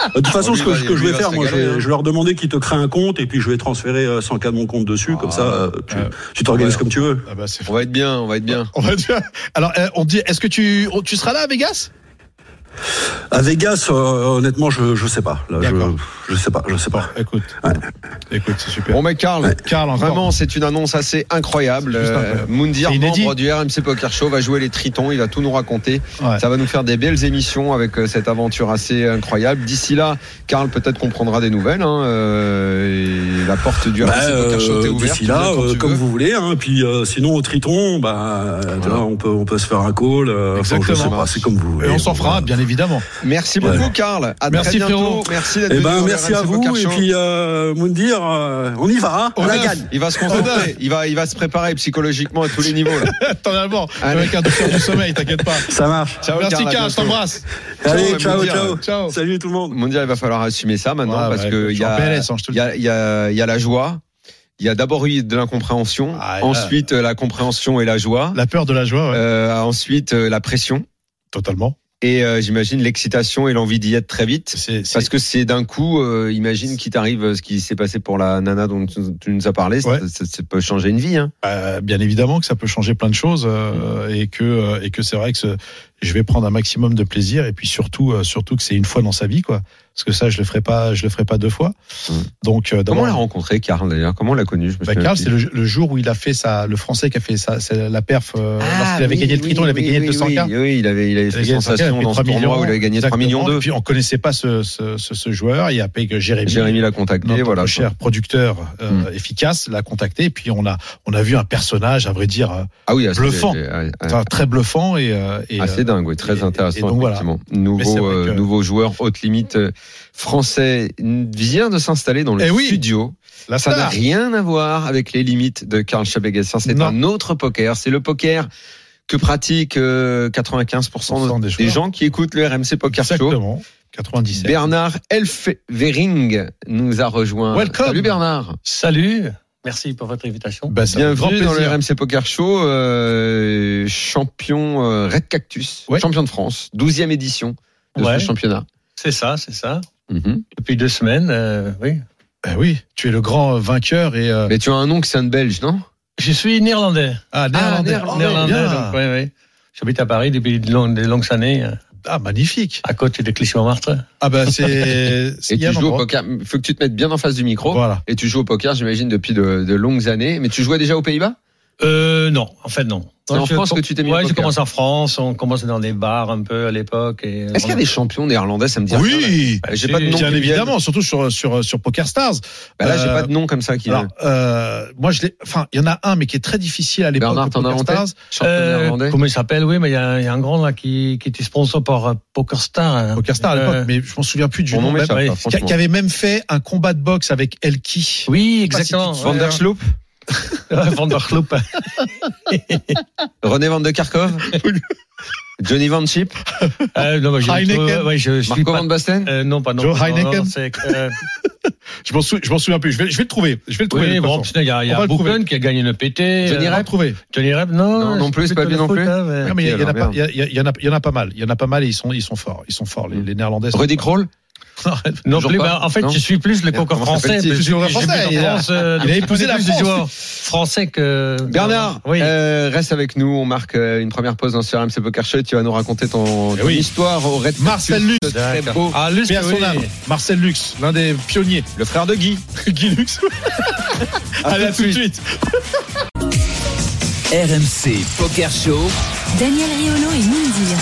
G: De toute façon,
E: Lui
G: ce que,
E: va-
G: ce que je
E: lui
G: vais
E: va
G: faire,
E: se
G: moi, je
E: régaler,
G: vais,
E: hein.
G: je vais leur demander qu'ils te créent un compte et puis je vais transférer euh, 100K de mon compte dessus. comme ça, euh, tu, tu t'organises
E: ouais.
G: comme tu veux.
F: Ah bah, c'est
E: On va être bien, on va être bien.
F: On va dire- Alors, euh, on dit, est-ce que tu, on- tu seras là à Vegas
G: À Vegas, euh, honnêtement, je je sais pas. Là, je,
F: D'accord.
G: je sais pas, je sais pas.
F: Écoute,
G: Ouais.
F: écoute, c'est super.
E: Bon, mais Karl,
F: Karl, encore.
E: Vraiment, c'est une annonce assez incroyable.
F: C'est juste
E: Euh,
F: incroyable.
E: Moundir,
F: C'est inédit.
E: membre du RMC Poker Show, va jouer les Tritons. Il va tout nous raconter.
F: Ouais.
E: Ça va nous faire des belles émissions avec euh, cette aventure assez incroyable. D'ici là, Karl, peut-être qu'on prendra des nouvelles. hein. Euh, et la porte du
G: Bah,
E: RMC Poker Show
G: euh,
E: t'est ouverte.
G: D'ici là,
E: tu viens quand
G: euh,
E: tu
G: comme
E: veux.
G: vous voulez. Hein, puis euh, sinon au Triton, bah, tu vois, on peut on peut se faire un call. euh, enfin, je sais
F: Exactement.
G: pas, c'est comme vous voulez.
F: Et on s'en fera, bien évidemment.
E: Merci
G: Ouais.
E: beaucoup, Karl. À
F: Merci,
E: très bientôt.
F: Pierrot.
E: Merci d'être
G: Eh
E: venu
G: ben
E: dans le
G: merci
E: RMC
G: à vous
E: Poker
G: et
E: Show.
G: puis euh, Moundir, euh, on y va, hein, on la
F: neuf.
G: gagne.
E: Il va se concentrer. Il va, il va se préparer psychologiquement à tous les niveaux. là.
F: Attends d'abord,
E: Allez.
F: avec un docteur du sommeil, t'inquiète pas.
G: Ça marche.
E: Ciao,
F: Merci
E: Karl, à
F: Karl, je
E: bientôt.
F: t'embrasse.
G: Allez, ciao,
E: Moundir.
G: ciao,
F: Ciao.
G: Salut tout le monde.
E: Mondial, il va falloir assumer ça maintenant
F: Ouais,
E: parce
F: ouais,
E: que
F: je
E: il y
F: suis en
E: a,
F: PLS, hein, je te le
E: il y a, il y a- il y a la joie. Il y a d'abord eu de l'incompréhension,
F: Ah, là.
E: ensuite euh, la compréhension et la joie,
F: La peur de la joie, ouais.
E: euh, ensuite euh, la pression
F: totalement.
E: et euh, j'imagine l'excitation et l'envie d'y être très vite.
F: C'est c'est-
E: Parce que c'est d'un coup, euh, imagine qu'il t'arrive euh, ce qui s'est passé pour la nana dont tu tu nous as parlé, ça-
F: Ouais.
E: ça, ça peut changer une vie. Hein.
F: Euh, bien évidemment que ça peut changer plein de choses euh,
E: Mm.
F: et que euh, et que c'est vrai que ce- je vais prendre un maximum de plaisir et puis surtout euh, surtout que c'est une fois dans sa vie quoi parce que ça je le ferai pas je le ferai pas deux fois
E: Mm.
F: donc euh,
E: Comment on
F: d'abord
E: l'a rencontré, Karl d'ailleurs Comment on l'a connu je me
F: bah,
E: souviens
F: Karl,
E: plus.
F: c'est le, le jour où il a fait sa le français qui a fait sa, sa- la perf euh,
E: Ah,
F: lorsqu'il avait
E: oui,
F: gagné le triton
E: oui,
F: il avait
E: oui,
F: gagné
E: oui,
F: 200K
E: Oui, oui, il avait, il avait
F: Il
E: fait
F: avait gagné 200K, il avait
E: sensation
F: fait
E: dans ce
F: 3
E: tournoi où il avait gagné 3 millions
F: exactement. Et
E: d'euros.
F: puis on connaissait pas ce, ce, ce, ce joueur il y a après que Jérémy
E: Jérémy l'a
F: notre
E: contacté, voilà.
F: cher producteur euh,
E: Mm.
F: efficace l'a contacté et puis on a on a vu un personnage à vrai dire euh,
E: Ah oui, ah, c'était-
F: Bluffant.
E: ah, ah,
F: Enfin, très bluffant et, euh, et,
E: assez
F: euh,
E: Ah, dingue, oui, très
F: et-
E: intéressant.
F: et donc voilà.
E: effectivement.
F: Mais c'est
E: Nouveau,
F: vrai
E: euh,
F: que-
E: nouveau joueur haute limite euh, français vient de s'installer dans le
F: Eh oui.
E: studio.
F: la
E: Ça n'a
F: star.
E: rien à voir avec les limites de Karl Chabegassian. C'est
F: Non.
E: un autre poker. C'est le poker que pratiquent euh, 95%
F: des
E: des,
F: joueurs.
E: gens qui écoutent le RMC Poker Show.
F: Exactement. 97.
E: Bernard Elfvering nous a rejoint.
F: Welcome.
E: Salut Bernard.
H: Salut, merci pour votre invitation.
F: Bah, c'est un grand
E: Bienvenue dans le
F: plaisir.
E: RMC Poker Show, euh, champion euh, Red Cactus,
F: Ouais.
E: champion de France, 12e édition de
H: Ouais.
E: ce championnat.
H: C'est ça, c'est ça.
E: Mhm.
H: Depuis deux semaines, euh, oui.
F: Eh oui, tu es le grand vainqueur et euh,
E: Mais tu as un nom que c'est un belge, non
H: Je suis néerlandais.
F: ah néerlandais.
E: néerlandais.
F: Oh,
H: néerlandais,
F: bien.
H: donc, oui, oui. J'habite à Paris depuis de longues, de longues années, euh,
F: Ah magnifique.
H: à côté de Clichy-Montmartre.
F: Ah bah c'est. c'est-
E: Et
F: il y a
E: tu
F: un
E: joues au
F: endroit.
E: poker. Il faut que tu te mettes bien en face du micro.
F: Voilà.
E: Et tu joues au poker, j'imagine, depuis de, de longues années. Mais tu jouais déjà aux Pays-Bas
H: Euh, non, en fait, non.
E: C'est en
H: Je-
E: France que tu t'es mis au
H: Ouais, je
E: poker.
H: commence
F: hein.
H: en France, on commence dans des bars un peu à l'époque. et-
E: Est-ce qu'il y a des champions néerlandais Ça me dit. rien, là.
F: Oui.
H: si,
E: J'ai pas de nom.
H: Non,
F: Bien
E: qui
F: évidemment, surtout sur sur sur Poker Stars.
E: vienne. Bah là, j'ai
F: Euh,
E: pas de nom comme ça qui.
F: Alors, euh, moi je l'ai. Enfin, il y en a un, mais qui est très difficile à l'époque.
E: Bernard,
F: de
E: t'en as
F: Poker
E: en tête
F: Stars.
E: Champion
H: Euh,
E: néerlandais.
H: comment il s'appelle Oui, mais il y, a il y a un grand là qui, qui était sponsor par euh, PokerStar. hein.
F: Poker Stars à l'époque,
H: Euh,
F: mais je m'en souviens plus du
E: Mon
F: nom.
E: nom
F: même,
E: m'échappe,
H: ouais.
E: là,
F: qui, qui
E: franchement.
F: avait même fait un combat de boxe avec Elki.
H: Oui,
F: Je sais pas si tu te
H: exactement.
E: Van
I: euh,
E: der Sloop
H: Van der Sloop.
E: René Van de Kerkhove Johnny Van Chip
H: Euh, non, mais je,
F: Heineken.
H: trouve- ouais, je suis
E: Marco
H: pas-
E: Van Basten
H: Euh, non, pas non.
F: Joe
H: non, non,
F: Heineken.
H: c'est que, euh,
F: Je m'en sou- je m'en souviens plus. Je vais je vais le trouver. Je vais le trouver. de
H: oui,
F: toute
H: bon,
F: façon.
H: putain, il y a, il y
F: On va
H: a
F: le trouver.
H: Bouken qui a gagné le PT.
E: Johnny
F: On
H: euh,
F: va le trouver.
H: Johnny Rep, non.
E: Non, non
H: c'est
E: plus, c'est pas
H: plutôt
E: bien
H: le
E: non
H: foot,
E: plus.
H: hein, mais-
F: Non, mais il y, a-
E: Ok,
F: il y en a
E: alors,
F: pas- il y a- il y a- il y en a- il y en a pas mal. Il y en a pas mal et ils sont, ils sont forts. Ils sont forts. Les, les Néerlandais. sont
E: Rudy
F: forts.
E: Kroll
H: Non
E: Toujours
H: plus,
E: pas.
H: bah, en fait,
E: Non.
H: je suis plus le
E: Merde,
H: poker
E: comment
H: français.
E: s'appelle-t-il
H: mais
F: Je suis
H: j'ai-
F: au
H: j'ai
F: français,
H: plus en
F: il a-
H: France, euh,
F: il a épousé
H: plus
F: la
H: des
F: France.
H: joueurs Français que.
E: Bernard,
H: Oui.
E: euh, reste avec nous. On marque euh, une première pause dans ce RMC Poker Show. et Tu vas nous raconter ton, ton
F: Eh oui.
E: histoire au Red
F: Marcel
E: Cactus.
F: Lutz.
E: Très
H: D'accord.
E: beau.
H: Ah, Luce,
F: Paix à son
H: oui.
F: âme. Marcel Lux, l'un des pionniers.
E: Le frère de Guy.
F: Guy Lux. Allez, à tout de suite.
D: RMC Poker Show.
C: Daniel Riolo et Moundir.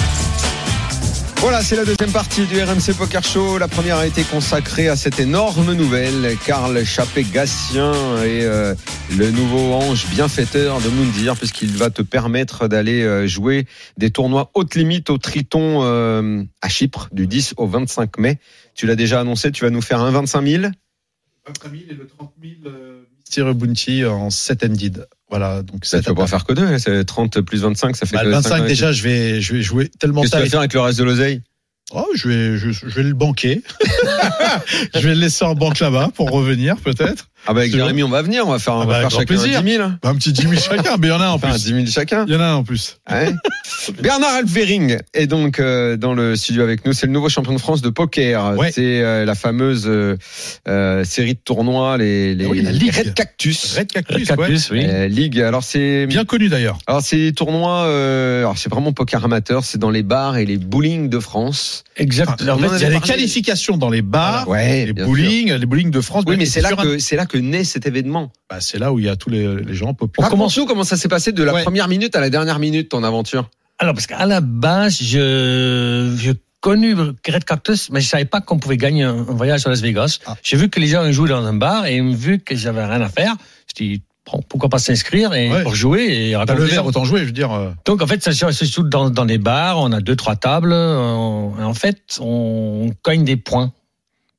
E: Voilà, c'est la deuxième partie du RMC Poker Show. La première a été consacrée à cette énorme nouvelle. Karl Chappé-Gassien est euh, le nouveau ange bienfaiteur de Moundir, puisqu'il va te permettre d'aller euh, jouer des tournois haute limite au Triton euh, à Chypre du 10 au 25 mai. Tu l'as déjà annoncé, tu vas nous faire un 25 000.
F: et le 30 000 Tire Bounty en 7 ended. Voilà. Donc,
E: Ça, tu vas pas faire que deux. hein. C'est 30 plus 25, ça fait
F: Bah,
E: que
F: le 25
E: 50.
F: déjà, je vais, je vais jouer tellement
E: Qu'est-ce que tu
F: tard.
E: vas faire avec le reste de l'oseille
F: Oh, je vais, je, je vais le banquer. je vais le laisser en banque là-bas pour revenir peut-être.
E: Ah bah avec
F: C'est
E: Jérémy, on va venir, on va faire, on va
F: Ah bah,
E: faire
F: grand
E: chacun
F: plaisir.
E: un 10 000. hein.
F: Bah, un petit 10 000 chacun, mais il y en a un en
E: Enfin, un
F: plus.
E: 10 000 chacun.
F: Il y en a un en plus.
E: Hein Bernard Alvering est donc euh, dans le studio avec nous. C'est le nouveau champion de France de poker.
F: Ouais.
E: C'est euh, la fameuse euh, euh, série de tournois, les, les,
F: Ah oui, la
E: les
F: Ligue.
E: Red Cactus.
F: Red Cactus, ouais.
I: Cactus, oui.
E: Euh, Ligue. Alors c'est
F: Bien connu d'ailleurs.
E: alors c'est des tournois. euh, alors c'est vraiment poker amateur. C'est dans les bars et les bowling de France.
I: Exact.
F: Enfin,
I: Alors,
E: on en
F: il y
E: avait
F: a des
E: parlé.
F: qualifications dans les bars,
E: Ah, Ouais.
F: les
E: bien sûr.
F: bowling, les bowling de France.
E: Oui,
F: bah,
E: mais
F: et
E: c'est là
F: sur un-
E: que c'est là que naît cet événement.
F: bah, c'est là où il y a tous les, les gens populaires.
E: Raconte-nous comment, ça s'est passé de la
F: Ouais.
E: première minute à la dernière minute ton aventure.
I: alors, parce qu'à la base, je, je connus Red Cactus, mais je savais pas qu'on pouvait gagner un, un voyage à Las Vegas.
F: Ah.
I: J'ai vu que les gens jouaient dans un bar et vu que j'avais rien à faire, je dis bon, pourquoi pas s'inscrire et
F: Ouais.
I: pour jouer et
F: T'as le
I: raconter ça.
F: verre, autant jouer, je veux dire. euh,
I: Donc en fait, ça se ça se joue dans, dans des bars, on a deux, trois tables, on- en fait, on cogne des points.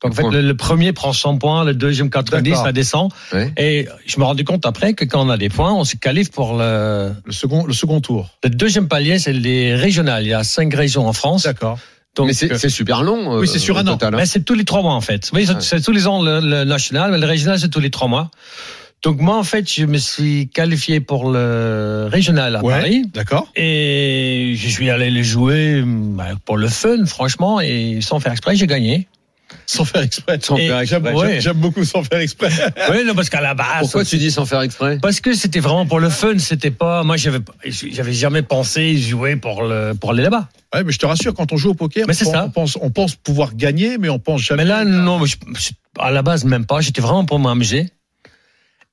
I: Donc, en
E: Des
I: fait,
E: points.
I: le, le premier prend 100 points, le deuxième 90,
F: D'accord.
I: ça descend.
E: Ouais.
I: Et je me rendais compte après que quand on a des points, on se qualifie pour le,
F: Le second, le second tour.
I: le deuxième palier, c'est les régionales. Il y a cinq régions en France.
F: D'accord.
I: Donc,
E: mais c'est
I: euh,
E: c'est super long.
F: Oui, c'est sur
E: au
F: un an.
E: total, hein.
I: ben, c'est tous les trois mois en fait. Oui, c'est-
E: Ouais.
I: c'est tous les ans le, le national, mais le régional c'est tous les trois mois. Donc moi en fait, je me suis qualifié pour le régional à
F: Ouais.
I: Paris.
F: D'accord.
I: Et je suis allé les jouer bah, pour le fun, franchement, et sans faire exprès, j'ai gagné.
F: Sans faire exprès.
E: Sans
I: Et
E: faire
F: J'aime
E: exprès.
I: ouais.
F: j'aime- j'aime beaucoup sans faire exprès.
I: oui, non, parce qu'à la base.
E: Pourquoi tu dis sans faire exprès
I: Parce que c'était vraiment pour le fun, c'était pas. Moi, j'avais, j'avais jamais pensé jouer pour le, pour aller là-bas.
F: Ouais, mais je te rassure, quand on joue au poker,
I: Mais c'est
F: on,
I: ça.
F: on pense, on pense pouvoir gagner, mais on pense jamais.
I: Mais là, non, je- je- à la base, même pas. J'étais vraiment pour m'amuser.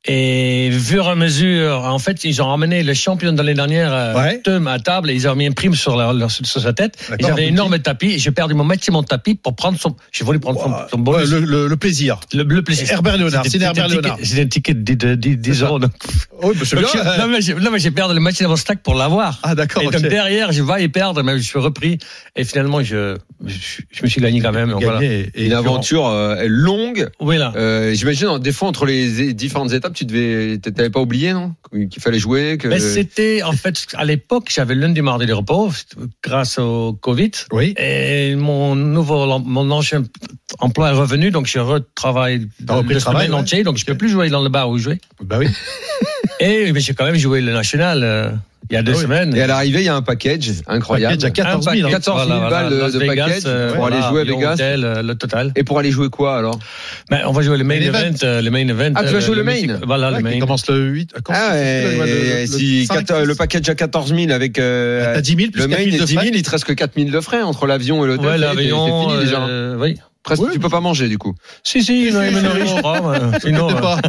I: Et vu à mesure, en fait, ils ont ramené le champion de l'année dernière, euh,
F: Ouais.
I: Tom, à table, et ils ont mis une prime sur, la- leur- sur sa tête. Et
F: D'accord,
I: J'avais un
F: Tom.
I: énorme tapis, et j'ai perdu mon moitié de mon tapis pour prendre son. J'ai voulu prendre son,
F: Ouah,
I: son bonus.
F: ouais, le, le- le plaisir.
I: Le bleu plaisir.
F: Herbert Léonard,
I: C'était-
F: c'est Herbert
I: c'était un
F: Léonard.
I: ticket- C'était un ticket de 10, de 10 10 euros. donc.
F: Oui, mais c'est
I: Donc,
F: bien.
I: je- non, mais j'ai- non, mais j'ai perdu le match dans mon stack pour l'avoir.
F: Ah, d'accord.
I: Et
F: ok.
I: donc derrière, je vais y perdre, mais je suis repris. Et finalement, je, je, je me suis gagné quand même. Donc, voilà.
F: Gagner et- et
E: Une aventure euh, longue.
I: Oui, là.
E: Euh, J'imagine, des fois, entre les é- différentes étapes, tu devais, t'avais pas oublié, non Qu'il fallait jouer. Que...
I: Mais c'était, en fait, à l'époque, j'avais lundi, mardi de repos, grâce au Covid.
F: Oui.
I: Et mon nouveau, mon ancien emploi est revenu, donc je retravaille
F: T'as repris
I: le
F: le travail,
I: semaine
F: ouais.
I: entière, donc je peux plus jouer dans le bar où je jouais.
F: Bah oui.
I: Et mais j'ai quand même joué le national euh, il y a deux
F: Ah oui.
I: semaines.
E: Et à l'arrivée, il y a un package incroyable.
F: Package à hein. 14
I: Un
F: 000.
I: paquet,
E: 14 000 balles de-
I: hein. Las euh,
E: de package
F: euh,
E: pour aller jouer à
I: avion,
E: Vegas.
I: hôtel, euh, le total.
E: Et pour aller jouer quoi alors
I: Mais on va jouer le main
F: Main
I: event. euh, le main event.
E: Ah, tu vas
I: euh,
E: jouer le main
I: mythique- Voilà,
F: Ouais,
I: le
F: qui
I: main.
F: commence le 8. quand-
E: Ah,
F: le- le-
E: et
F: le-
E: si
F: cinq,
E: quator- le
F: six.
E: package à 14 000 avec euh,
F: T'as 10 000 plus
E: le main
F: 4
E: et
F: 000 de
E: 10 000,
F: frais.
E: il te reste que 4 000 de frais entre l'avion et l'hôtel.
I: Ouais,
E: C'est- c'est- c'est
I: l'avion.
E: fini déjà. hein.
I: euh, Oui.
E: Presque,
F: ouais.
E: tu peux pas manger du coup.
I: Si, si, non,
F: si,
I: mais non,
F: si.
I: je crois, mais sinon,
F: Je sais
I: euh,
F: pas.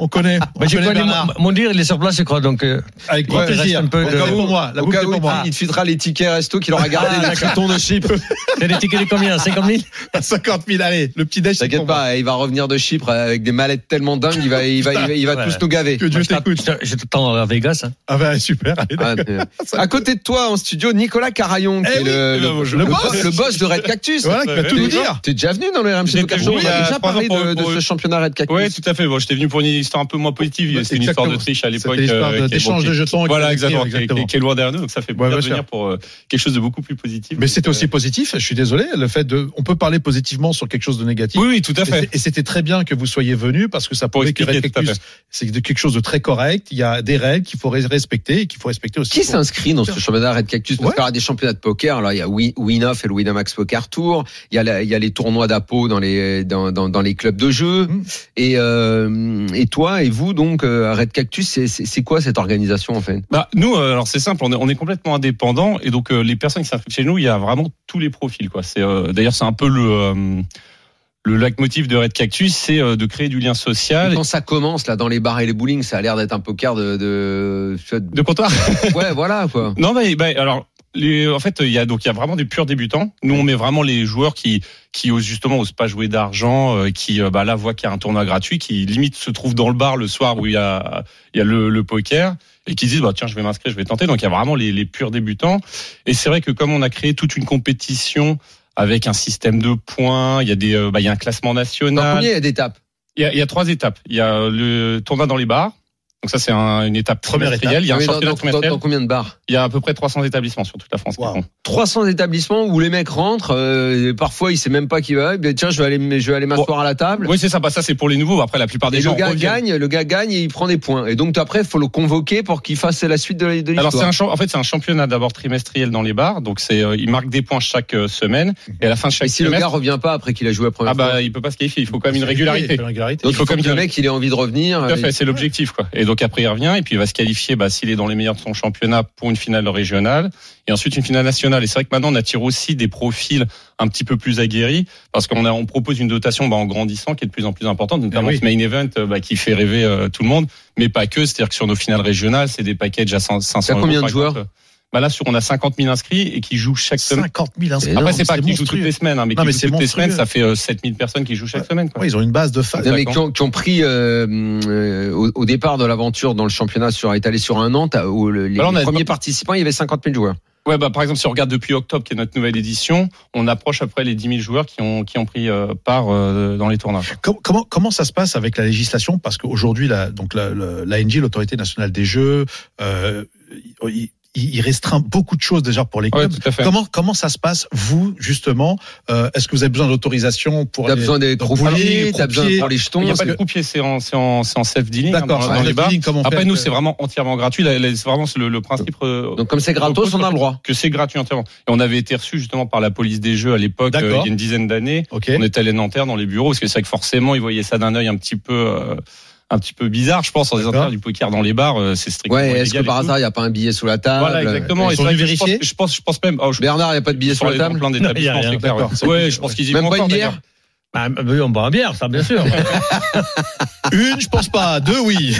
F: On connaît. On
I: bah, j'ai
F: connaît Ah,
I: connu
F: Bernard.
I: mon, mon dire, il est sur place, je crois, donc. euh,
F: Avec grand
I: Ouais, reste
F: plaisir.
I: un peu
F: Au
I: de-
F: cas où, pour moi. La
E: Au
F: boucle
E: cas
F: est
E: où,
F: pour moi.
E: il te fitera les tickets resto qu'il aura gardé
I: Ah,
E: les cartons de Chypre.
I: T'as des tickets de combien 50 000
F: À 50 000, allez. Le petit déj. c'est
E: T'inquiète
F: pour moi.
E: pas, hein, il va revenir de Chypre avec des mallettes tellement dingues, il va, il va, il va, il va
I: Ouais.
E: tous nous gaver.
F: Que Dieu t'écoute.
I: Je t'attends à Vegas. hein.
F: Ah bah super, allez.
E: Ah, euh, à côté de toi en studio, Nicolas Carayon, qui
F: Eh
E: est
F: oui,
E: le,
F: eh ben, bonjour.
E: le
F: Le boss.
E: le boss de Red Cactus.
F: Voilà, qui va tout
E: T'es-
F: nous dire.
E: T'es déjà venu dans le RMC
J: J'étais
E: Poker Show,
J: venu
E: on
J: il y
E: a
J: a
E: déjà
J: trois
E: parlé
J: ans pour-
E: de, de
J: pour-
E: ce championnat Red Cactus.
J: Ouais, tout à fait. Bon, j'étais venu pour une histoire un peu moins positive. C'était une histoire
F: Bah, Exactement.
J: de triche à l'époque.
F: C'était l'histoire
J: euh,
F: de-
J: avec les
F: d'échange de
J: banquiers.
F: jetons. avec
J: Voilà,
F: les
J: exactement.
F: banquiers,
J: Qui qui est loin derrière nous. Donc ça fait
F: bien
J: plaisir de
F: sûr.
J: venir pour euh, quelque chose de beaucoup plus positif. Euh,
F: Mais c'était aussi positif, je suis désolé, le fait de. On peut parler positivement sur quelque chose de négatif.
J: Oui, oui, tout à
F: Et
J: fait.
F: c'est- Et c'était très bien que vous soyez venu parce que ça
J: Pour
F: prouvait que
J: expliquer, tout à
F: Red Cactus, c'est de- quelque chose de très correct. Il y a des règles qu'il faut res- respecter et qu'il faut respecter aussi.
E: Qui
F: pour-
E: s'inscrit dans ce championnat Red Cactus Parce
F: Ouais.
E: qu'il y a des championnats de poker. Alors il y a Win- Winoff et le Winamax Poker Tour. Il y a, la- il y a les tournois d'apo dans les dans, dans, dans les clubs de jeu.
F: Mm.
E: Et euh, et toi et vous donc euh, à Red Cactus, c'est- c'est c'est quoi cette organisation en fait
J: Bah, nous, euh, alors c'est simple, on est, on est complètement indépendant et donc euh, les personnes qui s'inscrivent chez nous, il y a vraiment tous les profils. quoi. C'est euh, d'ailleurs c'est un peu le euh, le leitmotiv de Red Cactus, c'est euh, de créer du lien
E: Et
J: social.
E: Quand ça commence là dans les bars et les bowling, ça a l'air d'être un poker de de, tu vois, de-
J: De comptoir.
E: ouais voilà quoi.
J: Non, mais bah, alors. Les, en fait, il y a donc il y a vraiment des purs débutants. Nous, on met vraiment les joueurs qui qui osent justement osent pas jouer d'argent, euh, qui euh, bah, là voient qu'il y a un tournoi gratuit, qui limite se trouve dans le bar le soir où il y a il y a le, le poker et qui disent bah tiens je vais m'inscrire, je vais tenter. Donc il y a vraiment les, les purs débutants. Et c'est vrai que comme on a créé toute une compétition avec un système de points, il y a des euh, bah, il y a un classement
E: Dans
J: national.
E: combien il y a d'étapes
J: Il y, a, il y a trois étapes. Il y a le tournoi dans les bars, Donc ça, c'est un- une étape
F: Première étape.
J: trimestrielle. Il y a un
E: Mais dans,
J: championnat
E: dans- dans-
J: trimestriel.
E: dans combien de bars
J: Il y a à peu près 300 établissements sur toute la France. qui
F: Wow.
J: font.
E: 300 établissements où les mecs rentrent. euh, et parfois, ils ne savent même pas qui va. Eh bien, tiens, je vais aller, m- je vais aller m'asseoir à la table.
J: Oui, c'est ça. Bah, ça, c'est pour les nouveaux. Après, la plupart des
E: Et le
J: gens
E: gars
J: reviennent.
E: gagne, le gars gagne et il prend des points. Et donc après, il faut le convoquer pour qu'il fasse la suite de la- de
J: Alors c'est
E: l'histoire.
J: un champ- en fait c'est un championnat d'abord trimestriel dans les bars donc c'est euh, il marque des points chaque euh, semaine et à la fin de
E: Et
J: chaque
E: si le gars euh,
J: trimestre
E: revient pas après qu'il a joué la première
J: ah
E: fois,
J: bah il peut pas se qualifier il faut quand même une régularité
F: Il faut une régularité.
E: donc il
J: il faut
E: faut,
J: comme
E: que le
J: dire-
E: mec il ait envie de revenir.
J: Tout à fait,
E: Et-
J: c'est l'objectif quoi. Et donc après il revient et puis il va se qualifier bah, s'il est dans les meilleurs de son championnat pour une finale régionale et ensuite une finale nationale. Et c'est vrai que maintenant on attire aussi des profils un petit peu plus aguerris parce qu'on a on propose une dotation bah, en grandissant qui est de plus en plus importante, notamment
F: Eh oui.
J: ce main event euh, bah, qui fait rêver euh, tout le monde, mais pas que. C'est-à-dire que sur nos finales régionales, c'est des packages à 100 500
E: T'as combien
J: euros,
E: de
J: par exemple.
E: joueurs
J: bah là, sur, on a 50 000 inscrits et qui jouent chaque semaine.
F: 50 000 inscrits.
J: Après, c'est
F: Non,
J: pas qu'ils jouent toutes
F: monstrueux.
J: les semaines, hein, mais
F: Non,
J: qui
F: mais
J: jouent
F: c'est
J: toutes les semaines,
F: monstrueux.
J: ça fait 7000 personnes qui jouent chaque semaine. Quoi.
F: Ouais, ils ont une base de fans.
E: Non, mais
J: D'accord.
E: qui ont, qui ont pris euh, euh, au, au départ de l'aventure dans le championnat sur étalé sur un an, t'as- où le- les,
J: Alors, on a-
E: premiers participants, il y avait 50 000 joueurs.
J: Ouais, bah, par exemple, si on regarde depuis octobre, qui est notre nouvelle édition, on approche après les 10 000 joueurs qui ont, qui ont pris euh, part euh, dans les tournages.
F: Com- Comment, comment ça se passe avec la législation Parce qu'aujourd'hui, la, donc la, la- l'ANJ, l'autorité nationale des jeux, euh, il, il- il restreint beaucoup de choses déjà pour les clubs.
J: tout à fait.
F: Comment, comment ça se passe, vous, justement Euh, Est-ce que vous avez besoin d'autorisation pour
E: T'as
F: les-
E: besoin des
F: pour
E: croupiers,
F: boulier,
E: t'as besoin
F: croupier.
E: pour les
J: Il
E: jetons.
J: n'y a pas
E: parce
J: de
E: que-
J: coupier, c'est en, c'est en, c'est en self-dealing hein,
F: D'accord,
J: dans,
F: c'est
J: dans
F: un
J: les bars.
F: feeling, comment on fait
J: Après,
F: avec,
J: nous,
F: euh,
J: c'est vraiment entièrement gratuit. Là, là, C'est vraiment c'est le, le principe euh,
E: Donc comme c'est gratos, on a le droit.
J: que c'est gratuit entièrement. Et on avait été reçu justement par la police des jeux à l'époque,
F: D'accord.
J: euh, il y a une dizaine d'années.
F: Ok.
J: On était allé Nanterre dans les bureaux parce que c'est vrai que forcément ils voyaient ça d'un œil un petit peu euh, un petit peu bizarre, je pense, en disant
F: D'accord.
J: tiens, du poker dans les bars, euh, c'est strictement
E: Ouais, est-ce
J: illégal
E: que par
J: et tout.
E: hasard, il n'y a pas un billet sous la table
J: Voilà, exactement.
F: Ils
J: Et
F: sont
J: c'est vrai
F: venus
J: que je pense-
F: vérifier
J: Je pense, je pense même. Oh, je
E: Bernard, il n'y a pas de billet
J: sur
E: sur la
J: les
E: table
J: plein
H: Non,
J: d'établissements,
H: il y a rien,
J: c'est clair.
F: d'accord.
J: ouais. Ouais, je pense qu'ils y
E: Même
J: vont
E: pas une
J: encore,
E: bière
J: d'ailleurs.
H: Bah, oui, on boit un bière, ça, bien sûr.
F: Une, je pense pas. Deux, oui.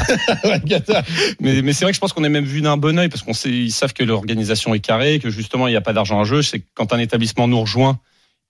J: Mais, mais c'est vrai que je pense qu'on est même vu d'un bon oeil parce qu'on sait, ils savent que l'organisation est carrée, que justement il n'y a pas d'argent à jeu. C'est que quand un établissement nous rejoint,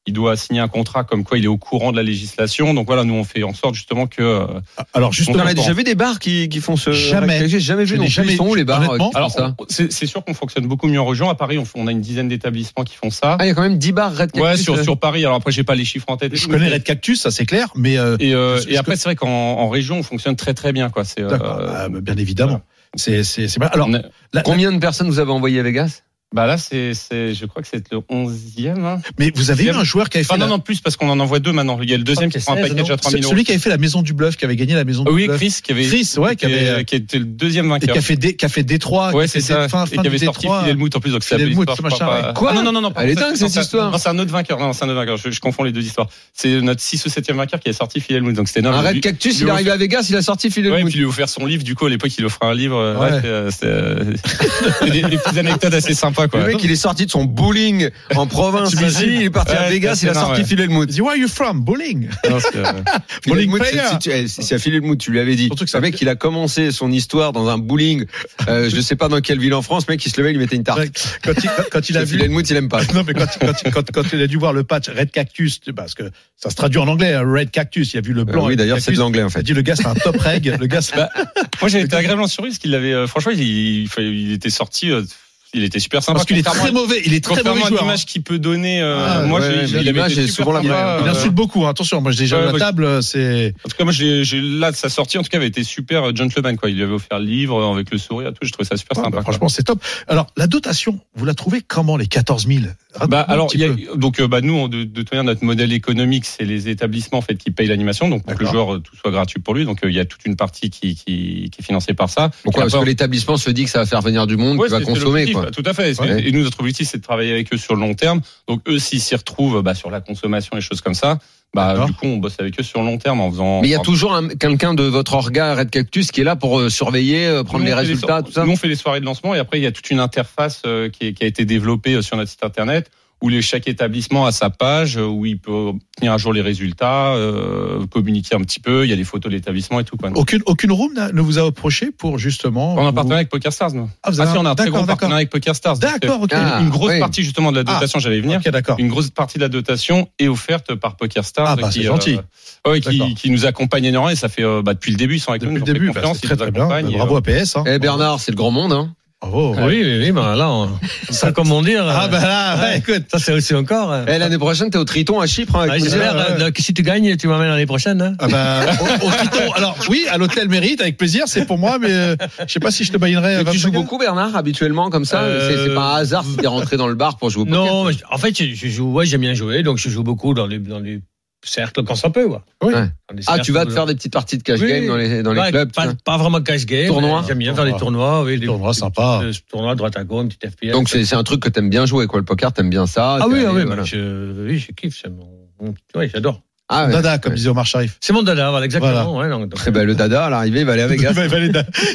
J: il doit signer un contrat comme quoi il est au courant de la législation. Donc voilà, nous on fait en sorte justement que. euh,
F: Alors,
E: T'en
F: justement,
E: as déjà vu des bars qui, qui font ce
F: Jamais.
E: J'ai jamais vu.
F: Je
E: non
F: n'ai
E: plus.
F: jamais
E: Ils sont où
F: vu.
E: les bars euh, qui
F: Honnêtement,
E: font
J: Alors
E: ça
J: on- c'est c'est sûr qu'on fonctionne beaucoup mieux en région. À Paris, on, on a une dizaine d'établissements qui font ça.
E: Ah, il y a quand même 10 bars Red
J: Ouais,
E: Cactus,
J: sur,
E: euh.
J: sur Paris. Alors après, j'ai pas les chiffres en tête.
F: je connais Red Cactus, ça c'est clair, mais euh,
J: Et, euh,
F: Parce
J: et après,
F: que-
J: c'est vrai qu'en en région, on fonctionne très très bien, quoi. C'est euh,
F: d'accord, bah, bien évidemment. C'est, c'est, c'est pas- Alors,
J: on est-
F: la- la-
E: Combien de personnes vous avez envoyé à Vegas
J: bah là, c'est, c'est, je crois que c'est le 11e. Hein.
F: mais vous avez eu un joueur qui avait fait
J: Enfin, Ah, non,
F: la-
J: non, plus parce qu'on en envoie deux maintenant. Il y a le deuxième qui prend un package à 3
F: Ce-
J: 000 euros.
F: celui qui avait fait la Maison du Bluff, qui avait gagné la Maison
J: Ah
F: du
J: Oui,
F: Bluff.
J: Chris, qui avait,
F: Chris, ouais, qui
J: qui,
F: avait, euh,
J: est- qui était le deuxième
F: et
J: vainqueur.
F: qui a fait des, qui a fait Détroit,
J: Ouais,
F: qui
J: c'est
F: était
J: ça.
F: fin,
J: et
F: fin
J: qui
F: de
J: avait sorti
F: Détroit.
J: Fidel Mout en plus, donc c'est la
F: Fidel
J: belle
F: Mout,
J: histoire.
F: ce
J: je crois
F: machin.
J: pas.
E: Quoi
J: Ah non, non, non, non. pardon,
E: Elle est
J: ça,
E: dingue,
J: non,
E: cette
J: ça-
E: histoire.
J: Non, c'est un autre vainqueur. Non, c'est un autre vainqueur. Je, je confonds les deux histoires. C'est notre 6 ou 7e vainqueur qui a sorti Fidel Mout. Donc c'était énorme.
E: Un Red
J: Ah, Lui-
E: Cactus, il
J: lui
E: est
J: offre-
E: arrivé à Vegas, il a sorti Phil
J: Ouais, et puis lui offert son livre, du coup, à l'époque, il offrait un livre. euh,
F: Ouais.
J: ouais, c'est, euh, c'est, euh, c'est des, des petites anecdotes assez sympas, quoi.
E: Le mec, il est sorti de son bowling en province.
J: Tunisie.
E: il est parti à
J: Ouais,
E: Vegas,
J: c'est
E: il a
J: énorme,
E: sorti
J: ouais.
E: Phil Elmout.
F: Il dit, Where are you from? Bowling.
J: Non, c'est, euh,
E: Phil
F: Bowling
E: Elmout, c'est-
F: player.
E: si, tu- eh, si- si à Phil Elmout, tu lui avais dit,
F: Surtout
E: le
F: que ça-
E: mec, il a commencé son histoire dans un bowling, euh, je sais pas dans quelle ville en France, le mec, il se levait, il lui mettait une tarte.
F: Ouais, Quand il, quand- quand il a
E: Phil
F: vu.
E: Elmout, il aime pas.
F: Non, mais quand, quand, quand, quand il a dû voir le patch Red Cactus, parce que ça se traduit en anglais, hein, Red Cactus, il a vu le
E: Euh,
F: blanc.
E: oui,
F: Red
E: d'ailleurs, c'est
F: Cactus,
E: de l'anglais, en
F: Il a
E: fait.
F: dit, le gars, c'est un top reg. Le gars, c'est-
J: Bah, Moi, j'ai été agréablement surpris parce qu'il avait, euh, franchement, il, il, fa- il était sorti, euh, il était super sympa.
F: parce qu'il est
J: Contrairement
F: très mauvais. Il est
J: à-
F: très mauvais
J: Contrairement à
F: joueur. hein.
J: l'image qu'il peut donner, euh,
F: Ah,
J: moi,
E: ouais,
J: j'ai-
E: mais
J: il avait
E: l'image
J: été
E: est
J: super
E: souvent la
F: Il
J: sympa,
E: même.
J: euh,
F: insulte beaucoup, hein, attention. Moi, j'ai déjà
J: Ouais,
F: eu la
J: bah,
F: table, euh, c'est.
J: En tout cas, moi, j'ai, j'ai- là, sa sortie, en tout cas, avait été super euh, gentleman, quoi. Il lui avait offert le livre euh, avec le sourire et tout. Je trouvais ça super
F: Ouais,
J: sympa.
F: bah,
J: quoi.
F: franchement, c'est top. Alors, la dotation, vous la trouvez comment, les 14 000 Raconte-nous
J: Bah,
F: un
J: alors,
F: petit
J: il y a-
F: peu.
J: donc, euh, bah, nous, on- de, de toute manière, notre modèle économique, c'est les établissements en fait, qui payent l'animation, donc pour que le
F: D'accord.
J: joueur, euh, tout soit gratuit pour lui. Donc, euh, il y a toute une partie qui, qui, qui est financée par ça.
E: Pourquoi?
J: Et
E: Parce que
J: après,
E: l'établissement se dit que ça va faire venir du monde,
J: ouais,
E: qui va
J: c'est- c'est
E: consommer,
J: l'objectif,
E: quoi.
J: bah, Tout à fait. C'est-
E: Ouais.
J: Et nous, notre objectif, c'est de travailler avec eux sur le long terme. Donc, eux, s'ils s'y retrouvent bah, sur la consommation et choses comme ça, bah,
F: D'accord.
J: du coup, on bosse avec eux sur le long terme en faisant.
E: Mais il y a
J: en-
E: toujours un- quelqu'un de votre orga Red Cactus qui est là pour euh, surveiller, euh, prendre
J: Nous,
E: les
J: on fait
E: résultats,
J: les-
E: tout ça.
J: Nous, on fait les soirées de lancement et après, il y a toute une interface euh, qui, est- qui a été développée euh, sur notre site internet où les, chaque établissement a sa page euh, où il peut obtenir à jour les résultats, euh, communiquer un petit peu. Il y a les photos de l'établissement et tout. quoi.
F: Aucune, aucune room n'a- ne vous a approché pour justement.
J: On a un
F: vous-
J: partenariat avec PokerStars, nous.
F: Ah, vous
J: Ah
F: avez
J: si, on a un très
F: d'accord,
J: gros
F: d'accord.
J: partenariat avec PokerStars. Donc, euh,
F: D'accord, ok.
E: Ah,
J: Une grosse
E: oui.
J: partie justement de la dotation, j'allais y venir.
F: Ok, d'accord.
J: Une grosse partie de la dotation est offerte par PokerStars.
F: Ah, bah,
J: qui,
F: c'est gentil.
J: euh, ouais, qui,
F: D'accord.
J: qui nous accompagne énormément et ça fait euh, bah, depuis le début, ils sont avec
F: Depuis le
J: nous. ils nous ont fait
F: début, bah,
J: confiance,
F: c'est très
J: ils nous
F: très bien.
J: accompagnent et,
F: Bravo à PS. hein.
E: Eh Bernard, c'est le grand monde, hein.
F: Oh,
H: Oui, oui, oui,
I: bah,
H: ben là, on- ça, comment
I: euh,
H: dire
F: Ah, bah là, ouais,
H: ouais.
F: écoute.
H: Ça, c'est aussi encore. euh,
E: Eh, L'année prochaine, t'es au Triton à Chypre. hein, avec
H: ah,
E: plaisir.
H: J'espère
F: ouais.
H: euh, que si tu gagnes, tu m'amènes l'année prochaine. hein.
F: Ah bah, au, au Triton. Alors, oui, à l'hôtel Mérite, avec plaisir, c'est pour moi, mais euh, je sais pas si je te baïnerai.
E: Mais tu
F: 25
E: joues
F: gars.
E: beaucoup, Bernard, habituellement, comme ça
H: Euh,
E: C'est- C'est pas un hasard si t'es rentré dans le bar pour jouer au poker.
H: Non, je- en fait, je, je joue, ouais, j'aime bien jouer, donc je joue beaucoup dans les, dans les cercles quand ça peut. quoi.
F: Oui.
E: Ouais.
H: Dans les
E: Ah,
H: cercles,
E: tu vas te
H: là.
E: faire des petites parties de cash
H: Oui.
E: game dans les, dans les
H: Ouais,
E: clubs.
H: pas,
E: tiens.
H: pas vraiment cash game.
E: Tournoi.
H: mais J'aime bien faire des tournois. Oui, des
F: Tournoi sympa.
H: des tournois droite à gauche, petit FPS.
E: Donc c'est c'est un truc que t'aimes bien jouer, quoi. Le poker, t'aimes bien ça.
H: ah
E: t'es
H: oui,
E: allé,
H: ah oui,
E: voilà.
H: bah, je, oui, je kiffe. C'est mon, mon- ouais, j'adore.
E: Ah, ouais.
F: Dada, comme disait Omar Sharif.
H: C'est mon dada, voilà, exactement. Ouais, donc- donc-
E: Eh ben, le dada, à l'arrivée, il va aller à
F: Il
E: Vegas.
F: va, il va aller-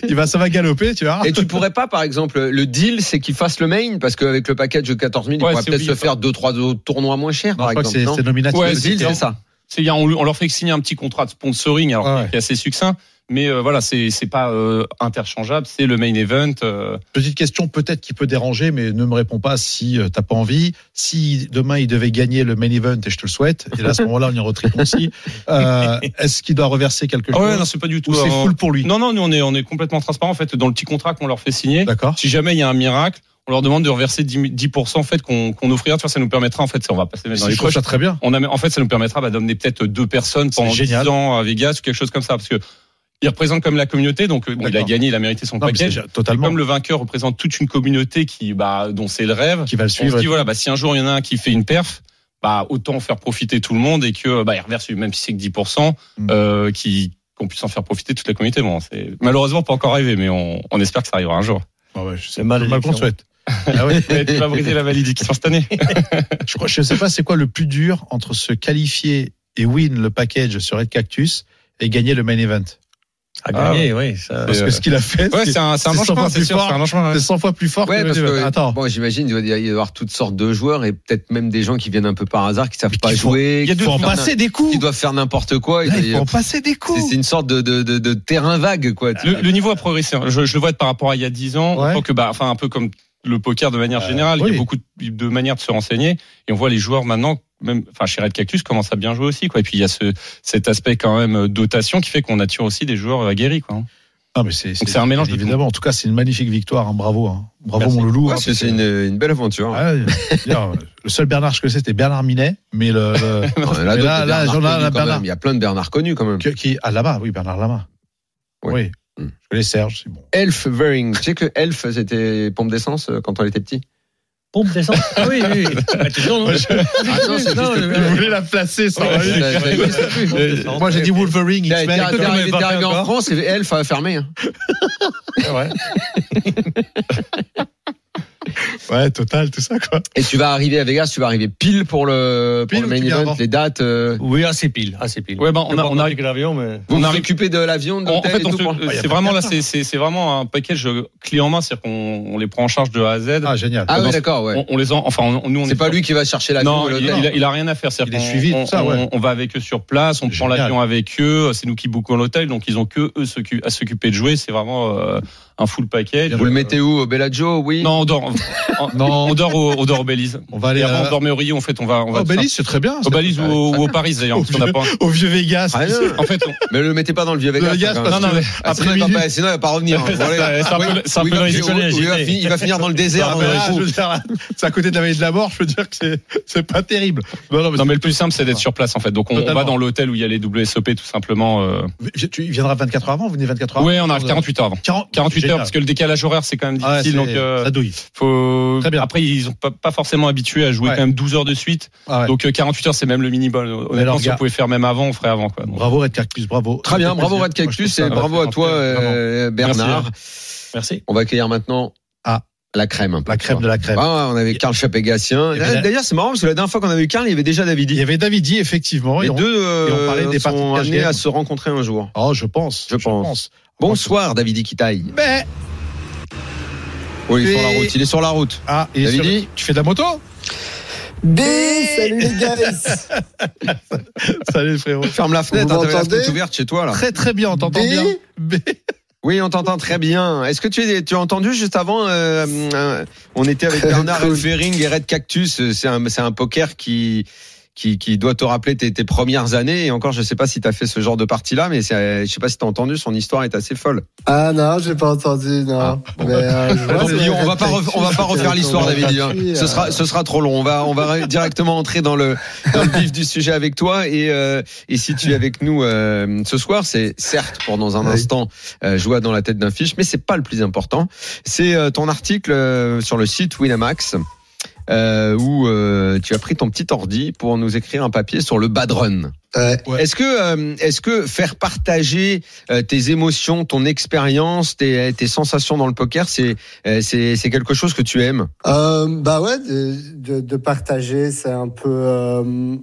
F: il va- ça va galoper, tu vois.
E: Et tu pourrais pas, par exemple, le deal, c'est qu'il fasse le main, parce qu'avec le package de 14 000,
J: Ouais,
E: il pourrait
J: c'est
E: peut-être se
J: obligatoire.
E: faire deux, trois autres tournois moins chers,
F: Non,
E: par
F: je crois que
E: exemple.
F: c'est
E: non
F: c'est nominatif.
J: Ouais,
E: le
J: c'est
E: deal, c'est ça.
J: C'est- il y a- on, on leur fait signer un petit contrat de sponsoring, alors
F: Ah Ouais.
J: qui est assez succinct, mais euh, voilà, c'est c'est pas euh, interchangeable, c'est le main event. euh,
F: Petite question peut-être qui peut déranger, mais ne me réponds pas si euh, t'as pas envie. Si demain il devait gagner le main event, et je te le souhaite, et là à ce moment-là on ira au triton aussi, euh, est-ce qu'il doit reverser quelque
J: Ah
F: chose
J: ouais, non, c'est pas du tout.
F: ou c'est
J: euh,
F: full pour lui
J: Non, non, nous on est on est complètement transparent en fait dans le petit contrat qu'on leur fait signer.
F: D'accord
J: Si jamais il y a un miracle, on leur demande de reverser 10 10% en fait qu'on qu'on offrira. Tu vois, ça nous permettra en fait, ça, on va passer
F: Si,
J: dans les
F: Je trouve
J: poches.
F: ça très bien.
J: On a, en fait, ça nous permettra bah, d'emmener peut-être deux personnes pendant
F: C'est génial.
J: 10 ans à Vegas ou quelque chose comme ça, parce que il représente comme la communauté, donc euh, bon, il a
F: D'accord.
J: gagné, il a mérité son
F: Non, mais
J: package.
F: c'est- totalement.
J: Comme le vainqueur représente toute une communauté qui, bah, dont c'est le rêve.
F: Qui va le
J: On
F: suivre.
J: se dit voilà, bah, si un jour il y en a un qui fait une perf, bah, autant faire profiter tout le monde et que bah, il reverse même si c'est que 10%,
F: Mm.
J: euh, qui qu'on puisse en faire profiter toute la communauté. Bon, c'est malheureusement pas encore arrivé, mais on, on espère que ça arrivera un jour.
F: Ah ouais, je sais
H: C'est mal-
F: mal qu'on le souhaite. Ah ouais.
J: Mais tu vas briser la validation cette année.
F: je crois, je sais pas c'est quoi le plus dur entre se qualifier et win le package sur Red Cactus et gagner le main event.
H: à
E: Ah
H: gagner, oui.
E: Euh,
H: Ça,
F: Parce que ce qu'il a fait,
J: Ouais,
F: c'est
J: c'est un, c'est un
F: c'est cent
J: enchaînement,
F: fois
J: c'est
F: plus
J: sûr,
F: fort.
J: c'est un enchaînement, ouais.
F: c'est 100 fois plus fort
E: Ouais,
F: que le
E: parce
F: main event.
E: que
F: Attends.
E: bon, j'imagine il doit y avoir toutes sortes de joueurs et peut-être même des gens qui viennent un peu par hasard, qui savent
F: Mais
E: pas
F: qui font-
E: jouer,
F: Il
E: qui
F: faut en
E: doivent faire
F: passer des
E: n'im- qui
F: coups.
E: doivent faire n'importe quoi. et
F: Là,
E: qui-
F: il faut en passer des
E: c'est c'est
F: coups.
E: une sorte de, de, de, de terrain vague, quoi. tu
J: Le, le niveau a progressé. hein. Je, je le vois par rapport à il y a 10 ans.
F: Ouais.
J: On sent que, bah, enfin, un peu comme le poker de manière
F: Euh,
J: générale, il y
F: oui.
J: a beaucoup de, de manières de se renseigner. Et on voit les joueurs maintenant, même, enfin, chez Red Cactus, commencent à bien jouer aussi, quoi. Et puis il y a ce, cet aspect quand même euh, dotation qui fait qu'on attire aussi des joueurs euh, aguerris, quoi. hein.
F: Non, mais c'est
J: c'est un mélange de
F: Évidemment, en tout cas, c'est une magnifique victoire. hein. Bravo, hein. bravo
J: Merci.
F: mon loulou.
E: vois.
F: hein,
E: Ouais, c'est
F: parce
E: c'est
F: que-
E: une, une belle aventure. hein.
F: Ah ouais, je veux dire, le seul Bernard que je sais, c'était Bernard Minet, mais le, le-
E: Non,
F: Mais
E: d'autres,
F: là,
E: des
F: là,
E: Bernard
F: j'en ai un,
E: connus
F: là,
E: quand
F: Bernard.
E: même. Il y a plein de Bernard connus quand même.
F: que- qui ah là-bas, oui, Bernard Lama.
E: Ouais.
F: Oui.
E: Mm.
F: Je connais Serge. c'est Bon.
E: Elf Vering. Tu sais que Elf, c'était pompe d'essence euh, quand on était petit
H: pompe descend. Ah oui, oui. oui. Bah, tu sens, non
E: Ah non, c'est
H: Non,
E: juste
H: je-
E: plus.
F: voulais la placer, ça.
E: Ouais,
F: va aller.
E: ça- ça existe plus.
H: Pompe descend.
F: Moi, j'ai dit Wolverine,
E: Il était
F: Euh, X-Men.
E: arrivé,
F: Écoute, on est
E: t'es
F: pas
E: arrivé
F: fait
E: en
F: encore.
E: France et Elf a fermé. hein.
F: Ouais. ouais, total, tout ça, quoi.
E: Et tu vas arriver à Vegas, tu vas arriver pile pour le, pour
F: Pile
E: le
F: ou
E: main
F: tu viens
E: event,
F: avant
E: les dates. euh,
H: Oui, assez pile, assez pile.
J: Ouais, ben, on a- on a-
H: avec l'avion, mais.
E: Vous
J: On
E: vous
J: arrive-
E: occupez de l'avion, de
J: En
E: l'hôtel
J: fait,
E: et
J: on
E: tout
J: se-
E: pour-
F: y a
J: euh, c'est
F: pas
J: vraiment
F: de
J: là,
F: carte,
J: c'est- c'est c'est vraiment un package euh, clé en main, c'est-à-dire qu'on on les prend en charge de A à Z.
F: Ah, génial.
E: Ah oui,
J: dans-
E: d'accord, ouais.
J: on, on les en, enfin, on, nous, on
E: C'est
J: est
E: pas lui qui va chercher l'avion
J: Non,
E: et
J: il,
E: l'hôtel.
J: il a, il a rien à faire. C'est-à-dire
F: Il est
J: qu'on-
F: suivi,
J: on,
F: tout ça, ouais.
J: on- on va avec eux sur place, on prend
F: Génial.
J: l'avion avec eux. C'est nous qui bookons l'hôtel, donc ils ont que eux s'occu- à s'occuper de jouer. C'est vraiment euh, un full package.
E: Vous le mettez où Au Bellagio, oui.
J: Non, on dort. on-
F: Non.
J: on dort au, on dort au Belize.
F: On va aller
J: Et avant, on
F: à...
J: dormait au Rio. En fait, on va, on va
F: Oh, Belize, c'est très bien.
J: au
F: c'est-
J: Belize ou, au- ou au Paris d'ailleurs.
F: Au
J: parce qu'on n'a pas-
F: Au vieux Vegas.
E: Ah, non,
J: En fait,
E: Mais le mettez pas dans le vieux Vegas.
F: Vegas,
E: quand
J: on-
E: même.
J: non, non, mais
E: Ah, sinon, il va pas- sinon, il va pas revenir. hein.
J: C'est
E: Voilà, il va-
J: un peu-
E: oui,
J: c'est un
E: oui,
J: peu
E: il va-
J: risqué,
E: oui,
H: j'ai
E: il va
H: été.
E: fi- Il va finir dans le désert.
F: Ah,
E: dans
F: bah
E: le
F: là,
E: trou.
F: je veux dire, c'est à côté de la vallée de la mort, je veux dire que c'est- c'est pas terrible. Non, non, mais
J: non, mais le plus simple, c'est d'être sur place en fait. Donc on, on
F: Totalement.
J: va dans l'hôtel où il y a les WSOP tout simplement. euh.
F: Vi- Tu il viendra 24 heures avant, vous venez 24 heures
J: Ouais, on arrive 48 heures avant.
F: 40,
J: 48
F: génial.
J: heures parce que le décalage horaire c'est quand même
F: Ah,
J: difficile.
F: c'est-
J: donc euh,
F: ça douille.
J: faut.
F: Très bien.
J: Après, ils ont pas, pas forcément habitué à jouer
F: Ouais.
J: quand même 12 heures de suite.
F: Ah ouais.
J: Donc euh, 48 heures, c'est même le minimum. Honnêtement,
F: alors,
J: si
F: gars-
J: on pouvait faire même avant, on ferait avant. Quoi. Donc,
F: bravo Red Cactus, bravo.
E: Très bien, bravo Red
F: Moi, je trouve
E: Cactus
F: ça-
E: et bravo à
J: vraiment
E: toi,
J: très-
E: euh, Bernard.
H: Merci.
E: On va accueillir maintenant
F: Ah.
E: la crème. un peu,
F: La crème
E: tu
F: de la crème.
E: vois. Ah, ouais, on avait Karl Chapegatien.
F: Il y avait la-
E: D'ailleurs, c'est marrant parce que la dernière fois qu'on avait eu Karl, il y avait déjà David.
F: Il y avait Davidi, effectivement.
E: Les
F: et on-
E: deux
F: et on parlait
E: euh,
F: des parties
E: sont
F: de cash
E: amenés
F: game.
E: à se rencontrer un jour.
F: Oh, je pense.
E: Je pense. Bonsoir, David Iquitaille.
F: Mais,
E: Oui, il est sur la
F: Et-
E: route. Il est sur la route.
F: ah, et
E: Davidi
F: sur- tu fais de la moto
K: B, salut les gars.
F: Salut frérot.
E: Ferme la fenêtre,
K: Vous
E: hein, t'avais la
K: m'entendez
E: fenêtre ouverte chez toi là.
F: Très très bien, on t'entend
K: B
F: bien. B.
E: Oui, on t'entend très bien. Est-ce que tu, es- tu as entendu juste avant euh, euh, On était avec Bernard
K: Cool.
E: euh, Elfering et Red Cactus. C'est un, c'est un poker qui qui, qui doit te rappeler tes, tes premières années. Et encore, je sais pas si tu as fait ce genre de partie-là, mais c'est- je sais pas si tu as entendu, son histoire est assez folle. Ah,
K: Ah non, j'ai pas entendu, non. Mais, euh, je vois
E: Bon, bah.
K: ce que
E: Guillaume, on va pas,
K: t'as
E: ref- on va
K: écrit,
E: pas refaire l'histoire,
K: t'as écrit,
E: David. hein.
K: euh,
E: Ce sera, ce sera trop long. On va, on va ré- directement entrer dans le, dans le vif du sujet avec toi. Et, euh, et si tu es avec nous euh, ce soir, c'est certes pour dans un
K: Oui.
E: instant euh, jouer dans la tête d'un fiche, mais c'est pas le plus important. C'est euh, ton article euh, sur le site Winamax. euh, où euh, tu as pris ton petit ordi pour nous écrire un papier sur le bad run.
K: ouais.
F: Ouais.
E: Est-ce que, euh, est-ce que faire partager euh, tes émotions, ton expérience, tes, tes sensations dans le poker, c'est euh, c'est c'est quelque chose que tu aimes.
K: Euh, bah ouais, de, de, de partager, c'est un peu, euh,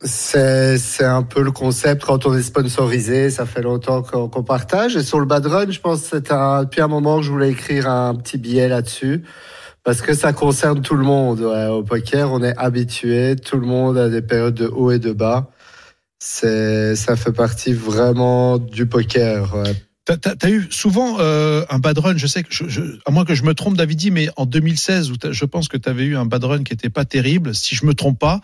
K: c'est c'est un peu le concept quand on est sponsorisé. Ça fait longtemps qu'on qu'on partage. Et sur le bad run, je pense que c'est un, depuis un moment que je voulais écrire un petit billet là-dessus. Parce que ça concerne tout le monde. ouais. Au poker, on est habitué. Tout le monde a des périodes de haut et de bas. C'est, ça fait partie vraiment du poker. ouais.
F: T'as- T'as t'as eu souvent euh, un bad run, je sais que, je, je- à moins que je me trompe, Davidi, mais en 2016, où t'as- je pense que tu avais eu un bad run qui était pas terrible, si je me trompe pas.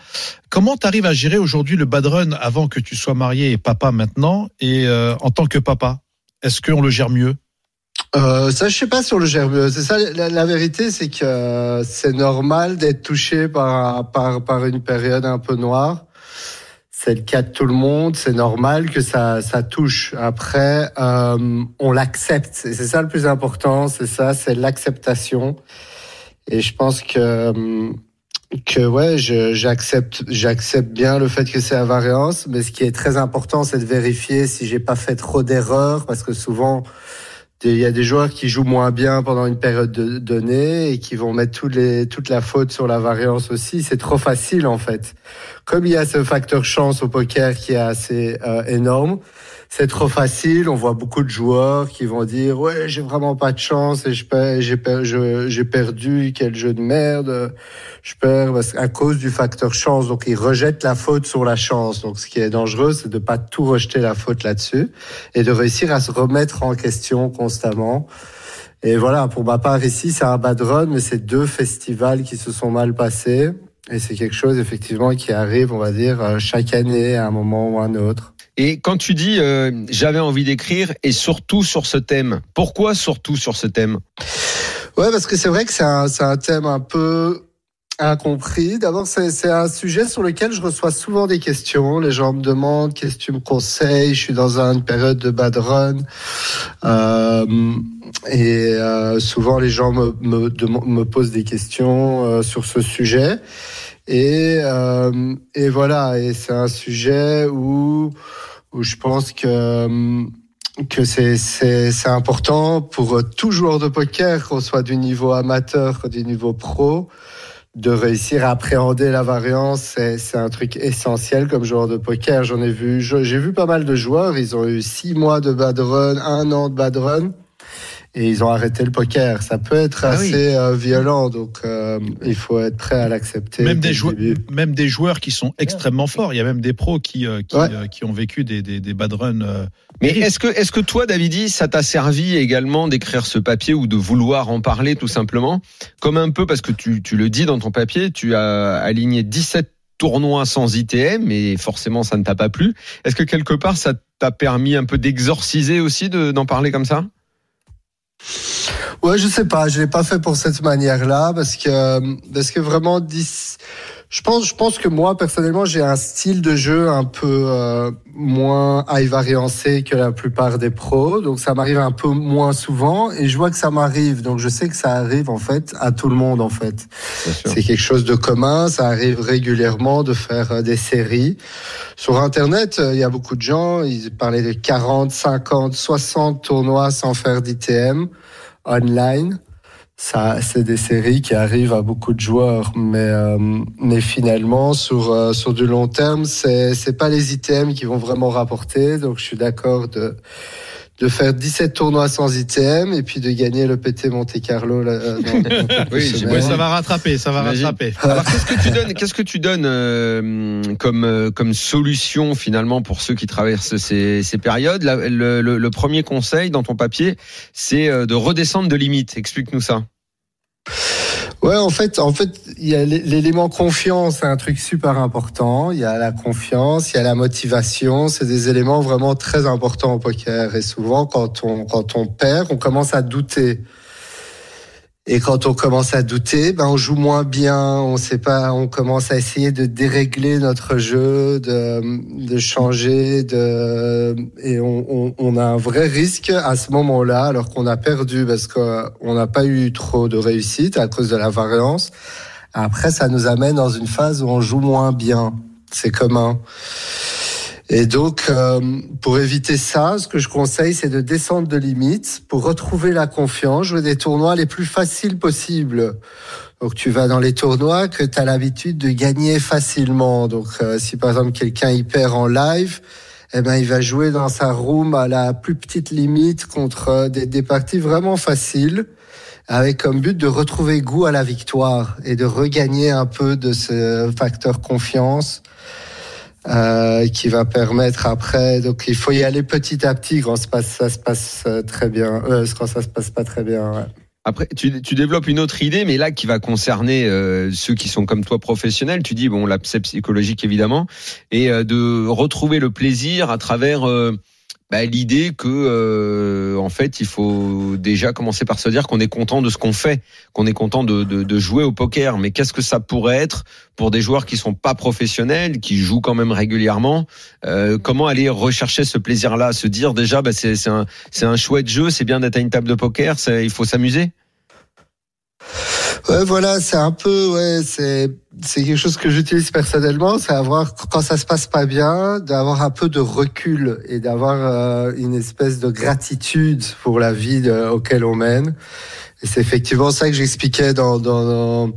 F: Comment t'arrives à gérer aujourd'hui le bad run avant que tu sois marié et papa maintenant, et euh, en tant que papa Est-ce qu'on le gère mieux
K: Euh, ça, je sais pas sur le germe. euh, C'est ça, la, la vérité, c'est que euh, c'est normal d'être touché par, par, par une période un peu noire. C'est le cas de tout le monde. C'est normal que ça, ça touche. Après, euh, on l'accepte. Et c'est ça le plus important. C'est ça, c'est l'acceptation. Et je pense que euh, que ouais, je- j'accepte, j'accepte bien le fait que c'est à variance. Mais ce qui est très important, c'est de vérifier si j'ai pas fait trop d'erreurs, parce que souvent. Il y a des joueurs qui jouent moins bien pendant une période de- donnée et qui vont mettre toutes les, toute la faute sur la variance aussi. C'est trop facile en fait. Comme il y a ce facteur chance au poker qui est assez euh, énorme, c'est trop facile. On voit beaucoup de joueurs qui vont dire ouais j'ai vraiment pas de chance et je perds, j'ai per- je- j'ai perdu quel jeu de merde. Je perds parce- à cause du facteur chance. Donc ils rejettent la faute sur la chance. Donc ce qui est dangereux, c'est de pas tout rejeter la faute là-dessus et de réussir à se remettre en question constamment. Et voilà, pour ma part ici, c'est un bad run, mais c'est deux festivals qui se sont mal passés. Et c'est quelque chose, effectivement, qui arrive, on va dire, euh, chaque année à un moment ou à un autre.
E: Et quand tu dis euh, j'avais envie d'écrire et surtout sur ce thème, pourquoi surtout sur ce thème
K: Ouais, parce que c'est vrai que c'est un, c'est un thème un peu incompris. D'abord, c'est c'est un sujet sur lequel je reçois souvent des questions. Les gens me demandent qu'est-ce que tu me conseilles. Je suis dans une période de bad run. Euh, et euh, souvent, les gens me, me, deman- me posent des questions euh, sur ce sujet. Et, euh, et voilà, et c'est un sujet où, où je pense que... euh, que c'est c'est c'est important pour euh, tout joueur de poker, qu'on soit du niveau amateur, du niveau pro, de réussir à appréhender la variance. C'est c'est un truc essentiel comme joueur de poker. J'en ai vu, je- j'ai vu pas mal de joueurs. Ils ont eu six mois de bad run, un an de bad run. Et ils ont arrêté le poker. Ça peut être
E: Ah oui.
K: assez euh, violent, donc euh, il faut être prêt à l'accepter.
F: même
K: dès
F: des,
K: le
F: joueurs,
K: début.
F: même des joueurs qui sont extrêmement forts. Il y a même des pros qui, euh, qui,
K: Ouais.
F: euh, qui ont vécu des, des, des bad runs. euh,
E: Mais
F: terribles.
E: est-ce que est-ce que toi, Davidi, ça t'a servi également d'écrire ce papier ou de vouloir en parler tout simplement, comme un peu parce que tu tu le dis dans ton papier, tu as aligné 17 tournois sans ITM et forcément ça ne t'a pas plu. Est-ce que quelque part ça t'a permis un peu d'exorciser aussi de- d'en parler comme ça
K: Ouais, je sais pas, je l'ai pas fait pour cette manière-là parce que mm, parce que vraiment dix- je pense je pense que moi personnellement, j'ai un style de jeu un peu euh, moins high variancé que la plupart des pros, donc ça m'arrive un peu moins souvent et je vois que ça m'arrive donc je sais que ça arrive en fait à tout le monde en fait.
E: Bien sûr.
K: C'est quelque chose de commun, ça arrive régulièrement de faire euh, des séries. Sur Internet, euh, il y a beaucoup de gens, ils parlaient de 40, 50, 60 tournois sans faire d'ITM online. Ça, c'est des séries qui arrivent à beaucoup de joueurs, mais euh, mais finalement sur euh, sur du long terme, c'est c'est pas les ITM qui vont vraiment rapporter. Donc je suis d'accord de de faire 17 tournois sans ITM et puis de gagner le PT Monte Carlo. Là, euh, dans- dans quelques
E: Oui,
K: semaines.
F: Ouais, ça va rattraper, ça va
E: Imagine.
F: rattraper.
E: Alors qu'est-ce que tu donnes Qu'est-ce que tu donnes euh, comme euh, comme solution finalement pour ceux qui traversent ces, ces périodes La- le, le- le premier conseil dans ton papier, c'est euh, de redescendre de limite. Explique-nous ça.
K: Ouais, en fait, en fait, il y a l'é- l'élément confiance, c'est un truc super important. Il y a la confiance, il y a la motivation. C'est des éléments vraiment très importants au poker. Et souvent, quand on quand on perd, on commence à douter. Et quand on commence à douter, ben on joue moins bien. On sait pas. On commence à essayer de dérégler notre jeu, de, de changer, de et on, on, on a un vrai risque à ce moment-là, alors qu'on a perdu parce qu'on n'a pas eu trop de réussite à cause de la variance. Après, ça nous amène dans une phase où on joue moins bien. C'est commun. Et donc, euh, pour éviter ça, ce que je conseille, c'est de descendre de limite pour retrouver la confiance, jouer des tournois les plus faciles possibles. Donc, tu vas dans les tournois que tu as l'habitude de gagner facilement. Donc, euh, si par exemple quelqu'un y perd en live, eh ben, il va jouer dans sa room à la plus petite limite contre euh, des, des parties vraiment faciles avec comme but de retrouver goût à la victoire et de regagner un peu de ce facteur confiance euh, qui va permettre après. Donc il faut y aller petit à petit quand se passe, ça se passe euh, très bien, euh, quand ça se passe pas très bien. ouais.
E: Après, tu, tu développes une autre idée, mais là qui va concerner euh, ceux qui sont comme toi professionnels. Tu dis bon l'abcès psychologique évidemment, et euh, de retrouver le plaisir à travers euh, bah, l'idée que euh, en fait il faut déjà commencer par se dire qu'on est content de ce qu'on fait, qu'on est content de, de, de jouer au poker. Mais qu'est-ce que ça pourrait être pour des joueurs qui sont pas professionnels, qui jouent quand même régulièrement euh, Comment aller rechercher ce plaisir-là, se dire déjà bah, c'est c'est un c'est un chouette jeu, c'est bien d'être à une table de poker, c'est- il faut s'amuser.
K: Ouais, voilà, c'est un peu, ouais, c'est, c'est quelque chose que j'utilise personnellement, c'est avoir, quand ça se passe pas bien, d'avoir un peu de recul et d'avoir euh, une espèce de gratitude pour la vie de- auquel on mène. Et c'est effectivement ça que j'expliquais dans, dans, dans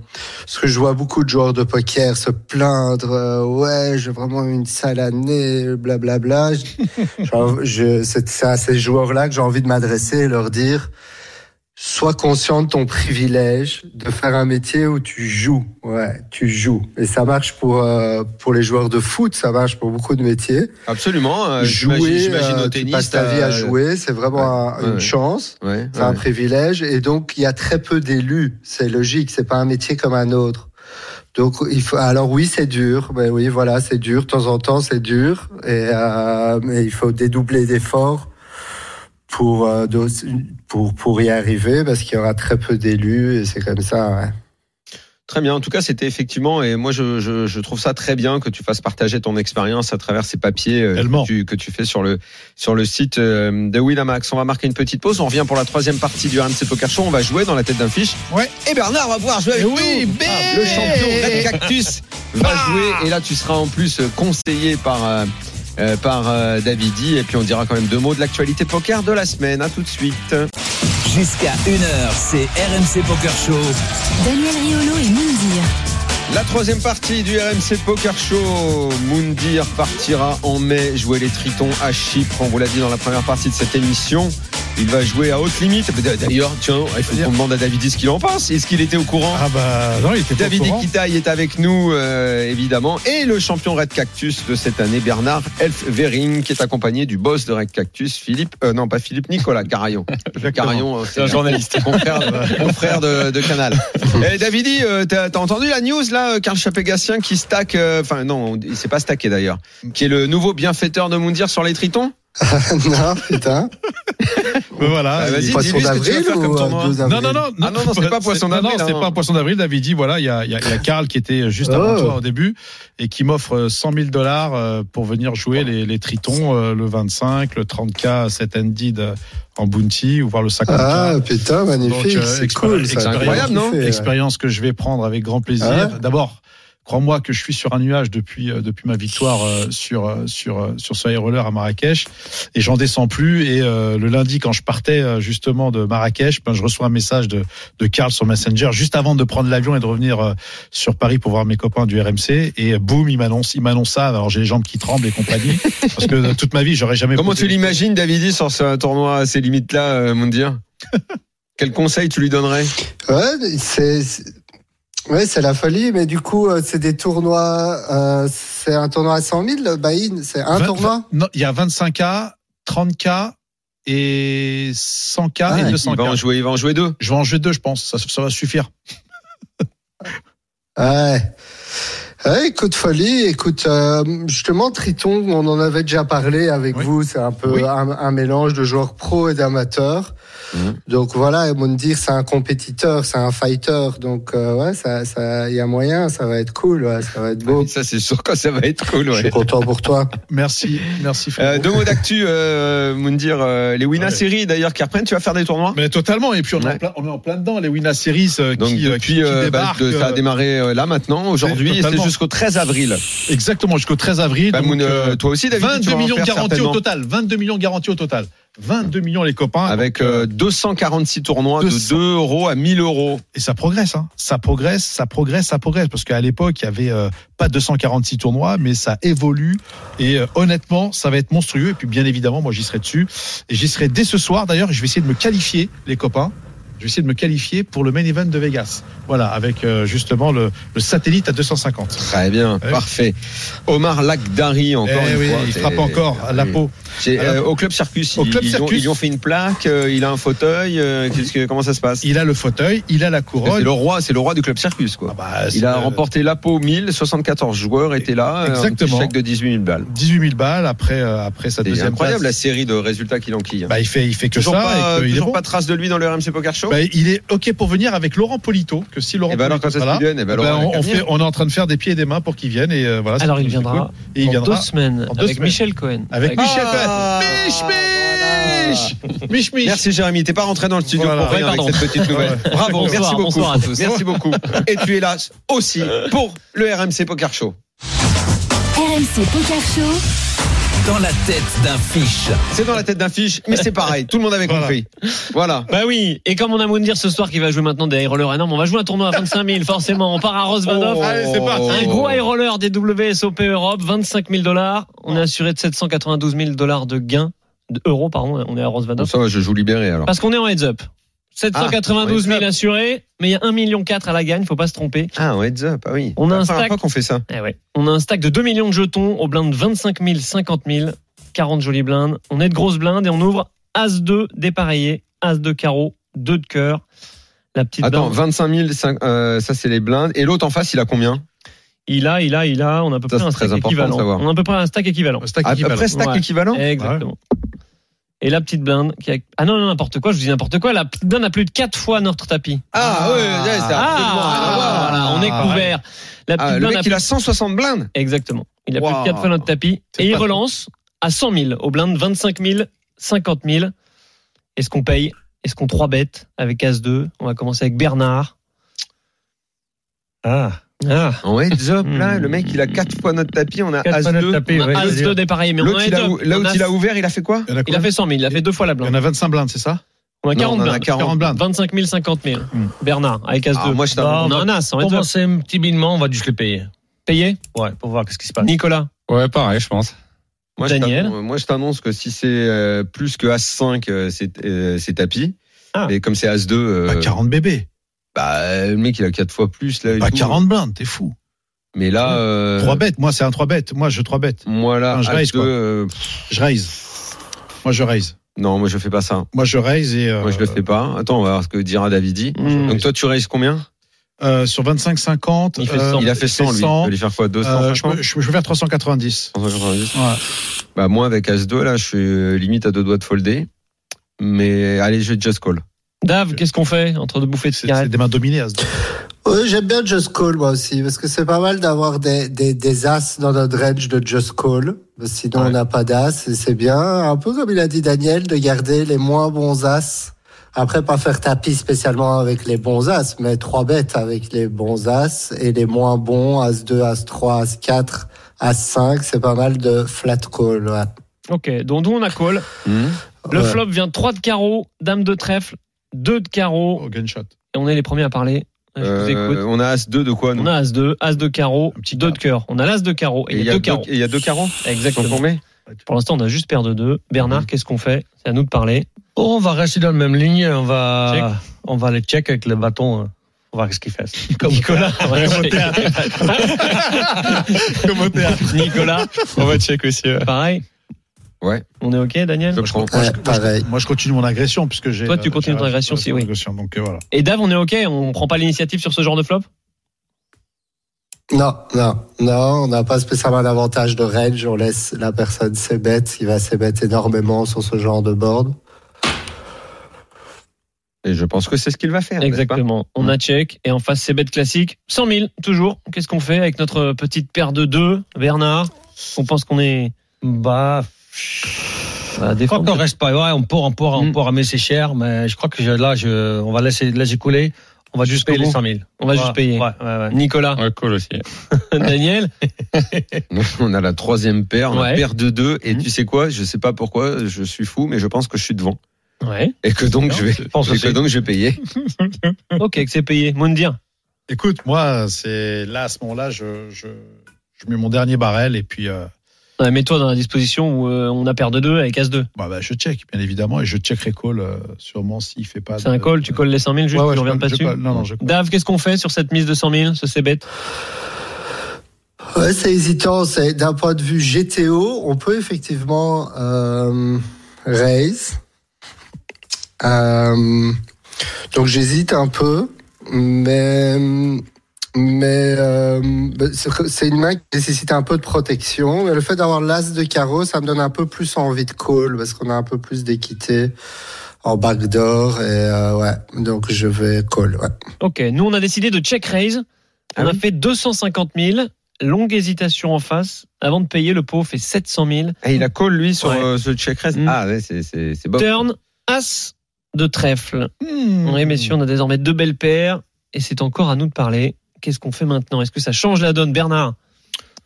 K: ce que je vois beaucoup de joueurs de poker se plaindre, euh, ouais, j'ai vraiment eu une sale année, blablabla. Genre, je, c'est, c'est à ces joueurs-là que j'ai envie de m'adresser et leur dire, Sois conscient de ton privilège de faire un métier où tu joues. Ouais, tu joues. Et ça marche pour, euh, pour les joueurs de foot, ça marche pour beaucoup de métiers.
E: Absolument. euh, j'imagine-
K: jouer,
E: j'imagine
K: euh,
E: au
K: tu
E: tennis,
K: passes ta vie à
E: euh,
K: jouer, c'est vraiment un-
E: ouais,
K: une
E: ouais.
K: chance,
E: Ouais,
K: c'est un privilège. Et donc, il y a très peu d'élus. C'est logique, c'est pas un métier comme un autre. Donc, il faut, alors oui, c'est dur. Mais oui, voilà, c'est dur. De temps en temps, c'est dur. Et, euh, mais il faut dédoubler d'efforts pour, euh, de- pour, pour y arriver parce qu'il y aura très peu d'élus et c'est comme ça. hein. ouais.
E: Très bien. En tout cas, c'était effectivement, et moi, je, je, je trouve ça très bien que tu fasses partager ton expérience à travers ces papiers euh,
F: Tellement.
E: que, tu, que tu fais sur le, sur le site euh, de Winamax. On va marquer une petite pause. On revient pour la troisième partie du RMC Poker Show. On va jouer dans la tête d'un fiche.
F: Ouais.
E: Et Bernard va pouvoir jouer avec
F: Eh oui,
E: nous. Bah.
F: bé-
E: Ah, le champion Red Cactus va jouer. Et là, tu seras en plus euh, conseillé par, euh, euh, par euh, Davidi. Et puis, on dira quand même deux mots de l'actualité poker de la semaine. À tout de suite.
D: Jusqu'à 1h, c'est RMC Poker Show.
C: Daniel Riolo et Moundir.
E: La troisième partie du RMC Poker Show. Moundir partira en mai jouer les Tritons à Chypre. On vous l'a dit dans la première partie de cette émission. Il va jouer à haute limite. D'ailleurs, tiens, il faut qu'on demande à David ce qu'il en pense. Est-ce qu'il était au courant
F: Ah bah non, il était pas au
E: David
F: courant.
E: Iquitaille est avec nous, euh, évidemment, et le champion Red Cactus de cette année, Bernard Elfvering, qui est accompagné du boss de Red Cactus, Philippe, euh, non pas Philippe, Nicolas Carayon. Carayon, euh, c'est un journaliste, confrère, de- confrère de, de Canal. Et David, euh, t'as t'as entendu la news là, euh, Karl Chapégassien qui stack, euh, enfin non, il s'est pas stacké d'ailleurs, qui est le nouveau bienfaiteur de Moundir sur les Tritons
K: non, putain.
F: Mais voilà.
E: Ah, vas-y,
F: il-
K: Poisson
E: dis-lui ce que tu vas
K: d'avril
E: faire comme
K: ou
E: tournoi.
K: euh, 12
F: Non,
K: avril
F: non, non,
E: Ah non, non, c'est pas Poisson
F: non,
E: d'avril,
F: Non, c'est
E: hein.
F: pas Poisson d'avril. David dit voilà, il y a, il y, a, il y a Karl qui était juste avant
K: Oh.
F: toi au début et qui m'offre 100 000 dollars euh, pour venir jouer les, les Tritons euh, le 25, le 30K, 7 ended en bounty ou voir le 50K.
K: Ah putain, magnifique,
F: Donc, euh,
K: c'est
F: expé-
K: cool, ça.
F: expérience-
E: incroyable, non
K: Kiffé, ouais.
F: Expérience que je vais prendre avec grand plaisir.
K: Ah ouais
F: D'abord, crois-moi que je suis sur un nuage depuis euh, depuis ma victoire euh, sur euh, sur euh, sur ce high roller à Marrakech et j'en descends plus. Et euh, le lundi, quand je partais euh, justement de Marrakech, ben, je reçois un message de de Karl sur Messenger juste avant de prendre l'avion et de revenir euh, sur Paris pour voir mes copains du RMC. Et euh, boum, il m'annonce, il m'annonce ça. Alors j'ai les jambes qui tremblent et compagnie parce que euh, toute ma vie, j'aurais jamais.
E: Comment
F: posé-
E: tu l'imagines, Davidi, sur ce tournoi à ces limites-là, euh, Moundir Quel conseil tu lui donnerais
K: Ouais, c'est c'est- ouais, c'est la folie, mais du coup, euh, c'est des tournois. euh, c'est un tournoi à 100 000, le buy-in. C'est un
F: Vingt-
K: tournoi
F: Non, il y a 25K, 30K et 100K
K: Ah,
F: et
K: il
E: il va, en
F: 200K. Ah,
E: jouer, il va Ah, en jouer deux.
F: Je vais en jeu 2, je pense. Ça, ça va suffire.
K: Ouais. Ouais, écoute, folie, écoute, euh, justement, Triton, on en avait déjà parlé avec
F: Oui.
K: vous, c'est un peu
F: Oui.
K: un, un mélange de joueurs pro et d'amateurs.
E: Mhm.
K: Donc voilà, et Mondir, c'est un compétiteur, c'est un fighter, donc euh, ouais, ça, ça, il y a moyen, ça va être cool, ouais, ça va être beau.
E: Ça, c'est sûr que ça va être cool.
K: Je
E: Ouais.
K: suis content pour toi.
F: Merci, merci Flo.
E: Euh, deux mots d'actu, euh, Moundir, euh, les Wina
F: Ouais.
E: Série d'ailleurs qui reprennent. Tu vas faire des tournois
F: Mais totalement, et puis on, est en
E: Euh, Ouais.
F: plein, on est en plein dedans, les Winna Series euh,
E: Donc
F: qui, euh, qui-
E: depuis,
F: qui
E: euh, bah,
F: débarquent.
E: de- ça a
F: euh,
E: démarré euh, là maintenant, aujourd'hui, et c'est
F: totalement.
E: jusqu'au 13 avril.
F: Exactement, jusqu'au 13 avril.
E: Bah,
F: donc,
E: Moon,
F: euh,
E: euh, toi aussi, David, tu
F: 22
E: vas en
F: millions
E: faire
F: garantis
E: certainement.
F: au total. 22 millions garantis au total. 22 millions, les copains.
E: Avec
F: Donc, euh,
E: euh, 246 tournois
F: 200.
E: de 2 euros à 1000 euros.
F: et ça progresse, hein. ça progresse, ça progresse, ça progresse, parce qu'à l'époque, il y avait euh, pas 246 tournois, mais ça évolue, et euh, honnêtement, ça va être monstrueux, et puis bien évidemment, moi j'y serai dessus, et j'y serai dès ce soir, d'ailleurs, je vais essayer de me qualifier, les copains, je vais essayer de me qualifier pour le main event de Vegas, voilà, avec euh, justement le, le satellite à 250.
E: Très bien,
F: Ouais.
E: parfait. Omar Lakdari, encore
F: Eh
E: une
F: oui,
E: fois.
F: il
E: c'est- ah
F: frappe encore à la
E: oui.
F: peau.
E: J'ai,
F: Alors-
E: euh, au club Circus,
F: Au
E: ils,
F: Club
E: ils ont,
F: Circus.
E: ils ont fait une plaque. euh, il a un fauteuil. euh, qu'est-ce que, comment ça se passe Ben,
F: Il a le fauteuil, il a la
E: C'est
F: couronne.
E: le roi, c'est le roi du club Circus, quoi.
F: Ah bah, c'est
E: il a
F: le-
E: remporté la peau 1000, 74 joueurs étaient là,
F: Exactement.
E: un petit chèque de 18 000 balles.
F: 18 000 balles après, euh, après sa
E: C'est
F: deuxième
E: incroyable la
F: place.
E: série de résultats qu'il enquille.
F: Bah, il fait, il fait que
E: toujours
F: ça.
E: pas, euh,
F: et que il est
E: toujours
F: bon.
E: pas trace de lui dans le RMC Poker Show.
F: Bah, il est OK pour venir avec Laurent Polito, que si Laurent
E: et ben alors quand
F: Polito
E: ça
F: sera
E: se
F: là,
E: vienne, et ben
F: eh ben,
E: alors
F: on, on fait, on est en train de faire des pieds et des mains pour qu'il vienne. Et euh, voilà,
I: Alors
F: c'est-
I: il
F: c'est
I: viendra
F: cool. Et il
I: dans
F: viendra
I: deux semaines
F: en deux
I: avec
F: semaines.
I: Michel Cohen.
F: avec Michel
E: Ah,
F: Cohen. Mich, mich Mich, mich
E: Merci Jérémy, t'es pas rentré dans le studio
F: Voilà.
E: pour rien
I: Ouais,
E: avec
I: pardon.
E: cette petite nouvelle. Bravo,
I: Bonsoir,
E: merci beaucoup.
I: bonsoir à tous. hein.
E: Merci beaucoup. Et tu es là aussi pour le RMC Poker Show.
C: RMC Poker Show.
D: Dans la tête d'un fiche.
E: C'est dans la tête d'un fiche, mais c'est pareil, tout le monde avait
F: Voilà.
E: compris. Voilà.
I: Bah oui, et comme on a Moundir ce soir qui va jouer maintenant des high rollers énormes, on va jouer un tournoi à 25 000, forcément. On part à Rosvadov.
E: Oh.
F: Allez, c'est parti.
I: Un gros high roller des WSOP Europe, 25 000 dollars. On est assuré de 792 000 dollars de gains, de euros, pardon, on est à
E: Bon,
I: Rosvadov.
E: ça va, je joue libéré alors.
I: Parce qu'on est en heads up. 792
F: Ah,
I: 000 assurés, mais il y a 1 million 4 à la gagne, faut pas se tromper.
E: Ah, on heads up, ah oui.
I: On a
E: C'est
I: un
E: la première
I: stack.
E: fois qu'on fait ça.
I: Eh ouais. On a un stack de 2 millions de jetons au blind 25 000, 50 000, 40 jolies blindes. On est de grosses blindes et on ouvre As-2 dépareillé, As-2 carreau, 2 de cœur. La petite
E: Attends,
I: blinde.
E: 25 000, cinq- euh, ça c'est les blindes. Et l'autre en face, il a combien
I: Il a, il a, il a, on a à peu
E: Ça,
I: près
E: c'est
I: un
E: très
I: stack
E: important de
I: équivalent.
E: savoir.
I: On a à peu près un stack équivalent.
F: Un stack
E: Ah,
F: équivalent.
E: Après stack
I: Ouais.
E: équivalent
I: Exactement. Et la petite blinde qui a... Ah non, non, n'importe quoi, je vous dis n'importe quoi. La petite blinde a plus de 4 fois notre tapis.
E: Ah, ouais, ouais, c'est absolument rien à voir.
I: Ah, voilà, on est
F: Ah,
I: couvert. La petite
E: Ah, le
I: blinde
E: mec,
I: a
E: il a 160 blindes.
I: Exactement. Il a plus
E: Wow.
I: de 4 fois notre tapis.
F: C'est
I: Et il
F: pas
I: relance à 100 000 au blind, 25 000, 50 000. Est-ce qu'on paye Est-ce qu'on 3 bêtes avec As-2 On va commencer avec Bernard. Ah. Ah.
E: En heads up, là,
I: Hmm.
E: le mec, il a 4 fois notre tapis. On a
H: Quatre fois notre
E: As-2.
H: tapis,
I: On a
H: ouais, je veux dire.
I: As-2 dépareillé, mais on a
E: L'autre, il a
I: heads-up.
E: ou- là où
I: On a-
E: il a ouvert, il a fait quoi
F: Il y en a
I: il
F: combien
I: a fait 100 000, il a fait deux fois la
F: Il y en
I: blinde.
F: a 25 blindes, c'est ça
I: On a
E: Non,
I: 40
E: on en a
I: blindes.
E: 40.
F: 40 blindes.
I: 25 000, 50 000.
F: Hmm.
I: Bernard, avec As-2.
E: Ah, moi, je
I: on
E: t'avoue.
I: a un As, en heads-up.
H: Commencer un petit binement, on va juste le payer.
I: Payé
H: Ouais, pour voir qu'est-ce qui se passe.
I: Nicolas.
J: Ouais, pareil, je pense.
E: Moi, je
I: Daniel.
E: t'annonce- moi, je t'annonce que si c'est euh, plus que As-5, euh, c'est euh, c'est tapis.
I: Ah.
E: Et comme c'est As-2, euh,
F: Pas 40 bébés,
E: bah, euh, le mec, il a 4 fois plus. Là, et
F: pas
E: tout.
F: 40 blindes, t'es fou.
E: Mais là, euh,
F: 3 bêtes, moi c'est un 3 bêtes, moi je 3 bêtes.
E: moi, là,
F: Enfin, je raise,
E: As-2,
F: quoi.
E: euh, pff,
F: Je raise. Moi je raise.
E: non, moi, je fais pas ça.
F: Moi je raise et euh,
E: Moi, je le fais pas. Attends, on va voir ce que dira Davidi.
I: Hmm.
E: Donc, toi, tu raises combien
F: euh, sur 25 50,
I: Il fait 100.
E: Il a fait 100, lui. Tu vas lui faire quoi
F: Euh, je, peux,
E: 250
F: je peux- je peux faire 390.
E: 390.
F: Ouais.
E: Bah moi avec As2 là, je suis euh, limite à deux doigts de folder. Mais allez, je just call.
I: Dave, qu'est-ce qu'on fait entre deux bouffées de
F: C'est c'est
I: cigarettes
F: des mains dominées à ce
K: Oui, j'aime bien Just Call moi aussi, parce que c'est pas mal d'avoir des, des, des as dans notre range de Just Call. Sinon, on n'a pas d'as et c'est bien. Un peu comme il a dit Daniel, de garder les moins bons as. Après, pas faire tapis spécialement avec les bons as, mais trois bêtes avec les bons as et les moins bons, as 2, as 3, as 4, as 5. C'est pas mal de flat call. ouais.
I: Ok, donc nous on a call.
E: Mm.
I: Le
K: Ouais.
I: flop vient 3 de carreau, dame de trèfle, 2 de carreau.
F: au gunshot.
I: Et on est les premiers à parler. Je vous écoute.
E: Euh, on a As2 de quoi nous
I: On a As 2, As 2 carreau,
F: Un petit
I: 2 de cœur. On a l'As 2 carreau et il y a 2 carreaux.
E: et il y a deux carreaux Donc
I: Exactement.
E: on met
I: Pour l'instant, on a juste paire de 2. Bernard, qu'est-ce qu'on fait C'est à nous de parler.
H: Mhm. Oh, on va rester dans la même ligne, on va, on va le check avec le bâton, hein. on va voir ce qu'il fait.
I: Nicolas, on va checker.
F: Comme au théâtre.
I: Nicolas,
J: On va check aussi. ouais.
I: pareil.
E: Ouais.
I: On est OK, Daniel
E: Je prends.
K: Ouais, pareil.
F: Moi, je continue mon agression puisque j'ai.
I: Toi, tu
F: euh,
I: continues
F: j'ai
I: ton agression,
F: raison,
I: si, oui.
F: agression, donc euh, voilà.
I: Et Dave, on est OK On prend pas l'initiative sur ce genre de flop
K: Non, non, non, on n'a pas spécialement l'avantage de range. On laisse la personne s'ébête. Il va s'ébête énormément sur ce genre de board.
E: Et je pense que c'est ce qu'il va
H: Ah,
E: faire.
I: Exactement.
H: Hmm.
I: On a check et en face c'est bête classique. 100 000 toujours. Qu'est-ce qu'on fait avec notre petite paire de deux, Bernard On pense qu'on est.
H: Bah.
I: Bah,
H: Je
I: des
H: crois
I: fois,
H: qu'on reste pas. Ouais, on peut, on peut,
J: Mm.
H: on peut ramer, c'est cher, mais je crois que je- là, je, on va laisser, laisser couler. On va juste
I: Jusqu'au
H: payer les
I: bout.
H: 100 000.
I: On va juste payer.
H: Ouais, ouais, ouais.
I: Nicolas,
J: Ouais, cool aussi.
I: Daniel,
E: On a la troisième paire, on a
I: Ouais.
E: paire de deux. Et tu sais quoi Je sais pas pourquoi, je suis fou, mais je pense que je suis devant.
I: ouais.
E: Et que donc je vais,
H: pense
E: et
H: aussi.
E: que donc je vais payer.
I: Ok, que c'est payé. Moundir,
F: Écoute, moi, c'est là, à ce moment-là, je, je, je mets mon dernier barrel et puis euh,
I: ouais, mets-toi dans la disposition où euh, on a paire de deux avec As 2.
F: bah, bah, je check, bien évidemment, et je checkerai call euh, sûrement s'il fait pas.
I: C'est un call. Tu colles les 100 000 juste.
F: Ah, bah, euh, Ouais, ouais, je
I: tu reviens
F: colle,
I: pas
F: je
I: dessus.
F: colle. Non, non, je colle.
I: Dave, qu'est-ce qu'on fait sur cette mise de 100 000 Ce c'est bête.
K: Ouais, c'est hésitant. C'est d'un point de vue GTO, on peut effectivement euh, raise. Euh, donc j'hésite un peu, mais mais euh, c'est- c'est une main qui nécessite un peu de protection. Et le fait d'avoir l'as de carreau, ça me donne un peu plus envie de call parce qu'on a un peu plus d'équité en backdoor et euh, ouais. Donc je vais call. Ouais.
I: Ok, nous on a décidé de check raise. On
E: Ah
I: a fait 250 000. Longue hésitation en face. Avant de payer, le pot fait 700 000.
E: Et il a call lui sur
I: Ouais.
E: euh, ce check raise.
I: Mm.
E: Ah ouais, c'est c'est c'est bon.
I: Turn, As de trèfle.
E: Hmm.
I: Oui, messieurs, on a désormais deux belles paires. Et c'est encore à nous de parler. Qu'est-ce qu'on fait maintenant Est-ce que ça change la donne, Bernard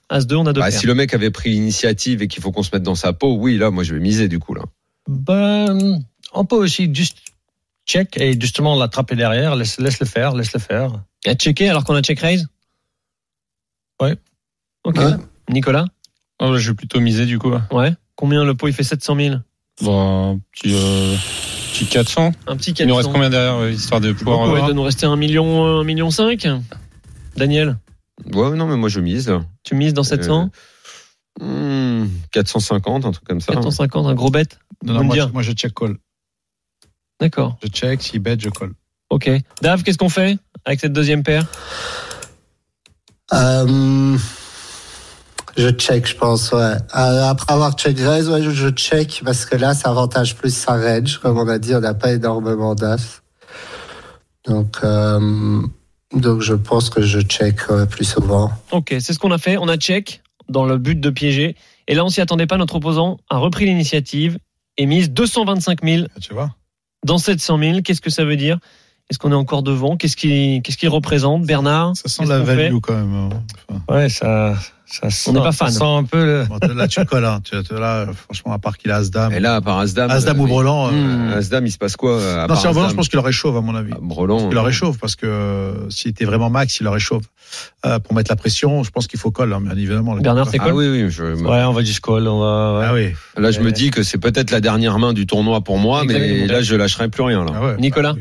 I: As 2, on a deux
E: Bah,
I: paires.
E: si le mec avait pris l'initiative et qu'il faut qu'on se mette dans sa peau, oui, là, moi, je vais miser du coup là.
H: Ben, on peut aussi juste check et justement l'attraper derrière. Laisse, laisse le faire, laisse le faire.
I: À checker alors qu'on a check raise
H: Ouais.
I: Ok.
E: Hein?
K: Ouais.
I: Nicolas
J: Oh, je vais plutôt miser du coup.
I: Ouais. Combien le pot Il fait 700 000.
J: Bon, un petit, euh, petit 400.
I: Un petit 400.
J: Il nous reste combien derrière, euh, histoire de pouvoir.
I: Beaucoup,
J: euh,
I: il doit nous rester un million, euh, un million cinq. Daniel,
E: Ouais, non, mais moi, je mise. là.
I: tu mises
J: Euh,
I: dans 700
E: Hmm, 450, un truc comme ça.
I: 450, un gros bet
F: Non, non,
I: Vous me
F: moi, je,
I: dire.
F: moi, je check call.
I: D'accord.
F: Je check, s'il bet, je call.
I: Ok. Dave, qu'est-ce qu'on fait avec cette deuxième paire
K: Euh, je check, je pense, ouais. Euh, après avoir check raise, ouais, je, je check parce que là, ça avantage plus sa range. Comme on a dit, on n'a pas énormément d'as. Donc, euh, donc, je pense que je check ouais, plus souvent.
I: Ok, c'est ce qu'on a fait. On a check dans le but de piéger. Et là, on s'y attendait pas. Notre opposant a repris l'initiative et mise 225 000
F: Tu vois
I: dans 700 000. Qu'est-ce que ça veut dire Est-ce qu'on est encore devant Qu'est-ce qu'il qu'est-ce qu'il représente, Bernard
F: Ça sent
I: Qu'est-ce
F: la
I: qu'on fait
F: value quand même. hein. Enfin,
H: Ouais, ça, ça sent,
I: On n'est pas fan.
H: ça sent un peu le-
F: bon, là, tu colles. Hein. Tu- Là, franchement, à part qu'il a As-Dame.
E: Et là, à part Asdam.
F: As-Dame ou Brelan. euh,
E: euh, Asdam, il se passe quoi euh, à
F: Non,
E: part
F: c'est en Brelan,
E: Asdam
F: je pense qu'il aurait chauve, à mon avis.
E: Ah, Brelan,
F: Il la
E: euh,
F: réchauffe parce que euh, s'il était vraiment max, il la réchauffe. Euh, pour mettre la pression, je pense qu'il faut coller, hein, bien évidemment. là.
I: Bernard, c'est
E: Ah
I: quoi
E: oui, oui, je me-
H: Ouais, on va juste call, on va. ouais.
F: Ah oui.
E: là je me dis que c'est peut-être la dernière main du tournoi pour moi, mais
I: Exactement.
E: là je lâcherai plus rien. Là.
F: Ah ouais.
I: Nicolas
F: Bah,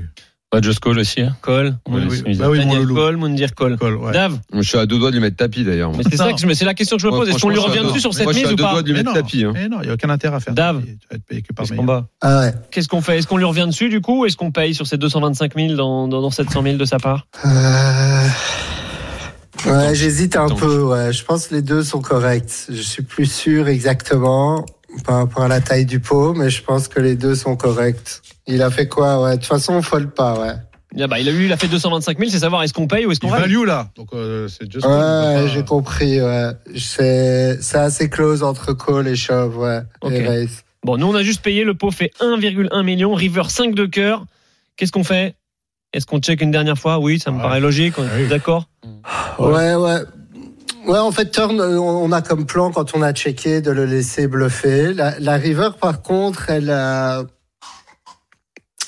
J: Bah, just call aussi. hein.
I: Call,
J: Oui,
I: Moundir
J: oui.
F: oui. Bah oui, mon
I: Daniel
F: loulou.
I: Call, Moundir Call.
F: Call, ouais.
I: Dave,
E: Je suis à deux doigts de lui mettre tapis d'ailleurs. moi.
I: mais c'est
F: Non.
I: ça que je me- c'est la question que je me
E: Ouais,
I: pose. Est-ce qu'on
E: franchement,
I: lui
E: je suis à
I: revient
E: deux-
I: dessus sur cette
E: moi, je suis
I: mise
E: à
I: ou
E: deux
I: pas
E: doigts de lui
F: Mais
E: mettre
F: non,
E: tapis. hein.
F: mais non, il n'y a aucun intérêt à faire.
I: Dave.
F: tapis. Tu vas être payé que par
H: Qu'est-ce qu'on
F: meilleur.
H: bat
K: Ah ouais.
I: Qu'est-ce qu'on fait Est-ce qu'on lui revient dessus du coup Est-ce qu'on paye sur ces 225 000 dans, dans, dans 700 000 de sa part
K: Euh, Ouais, j'hésite un
E: Attends.
K: peu. Ouais. Je pense que les deux sont corrects. Je suis plus sûr exactement par rapport à la taille du pot, mais je pense que les deux sont corrects. Il a fait quoi Ouais. De toute façon, on folle pas. Ouais.
I: Ah bah, il, a, eu- il a fait 225 000, c'est savoir est-ce qu'on paye ou est-ce qu'on
F: Il
I: va
F: value là. Donc euh, c'est juste.
K: Ouais,
F: Bah,
K: ouais, j'ai compris. Ouais. C'est c'est assez close entre call et shove. Ouais.
I: Ok.
K: Et raise.
I: Bon, nous on a juste payé, le pot fait 1,1 million, River 5 de cœur. Qu'est-ce qu'on fait Est-ce qu'on check une dernière fois Oui, ça me
F: Ouais.
I: paraît logique, on est
F: Ah oui.
I: d'accord
K: Ouais, ouais. Ouais, en fait, turn, euh, on on a comme plan quand on a checké de le laisser bluffer. La, la river, par contre, elle a.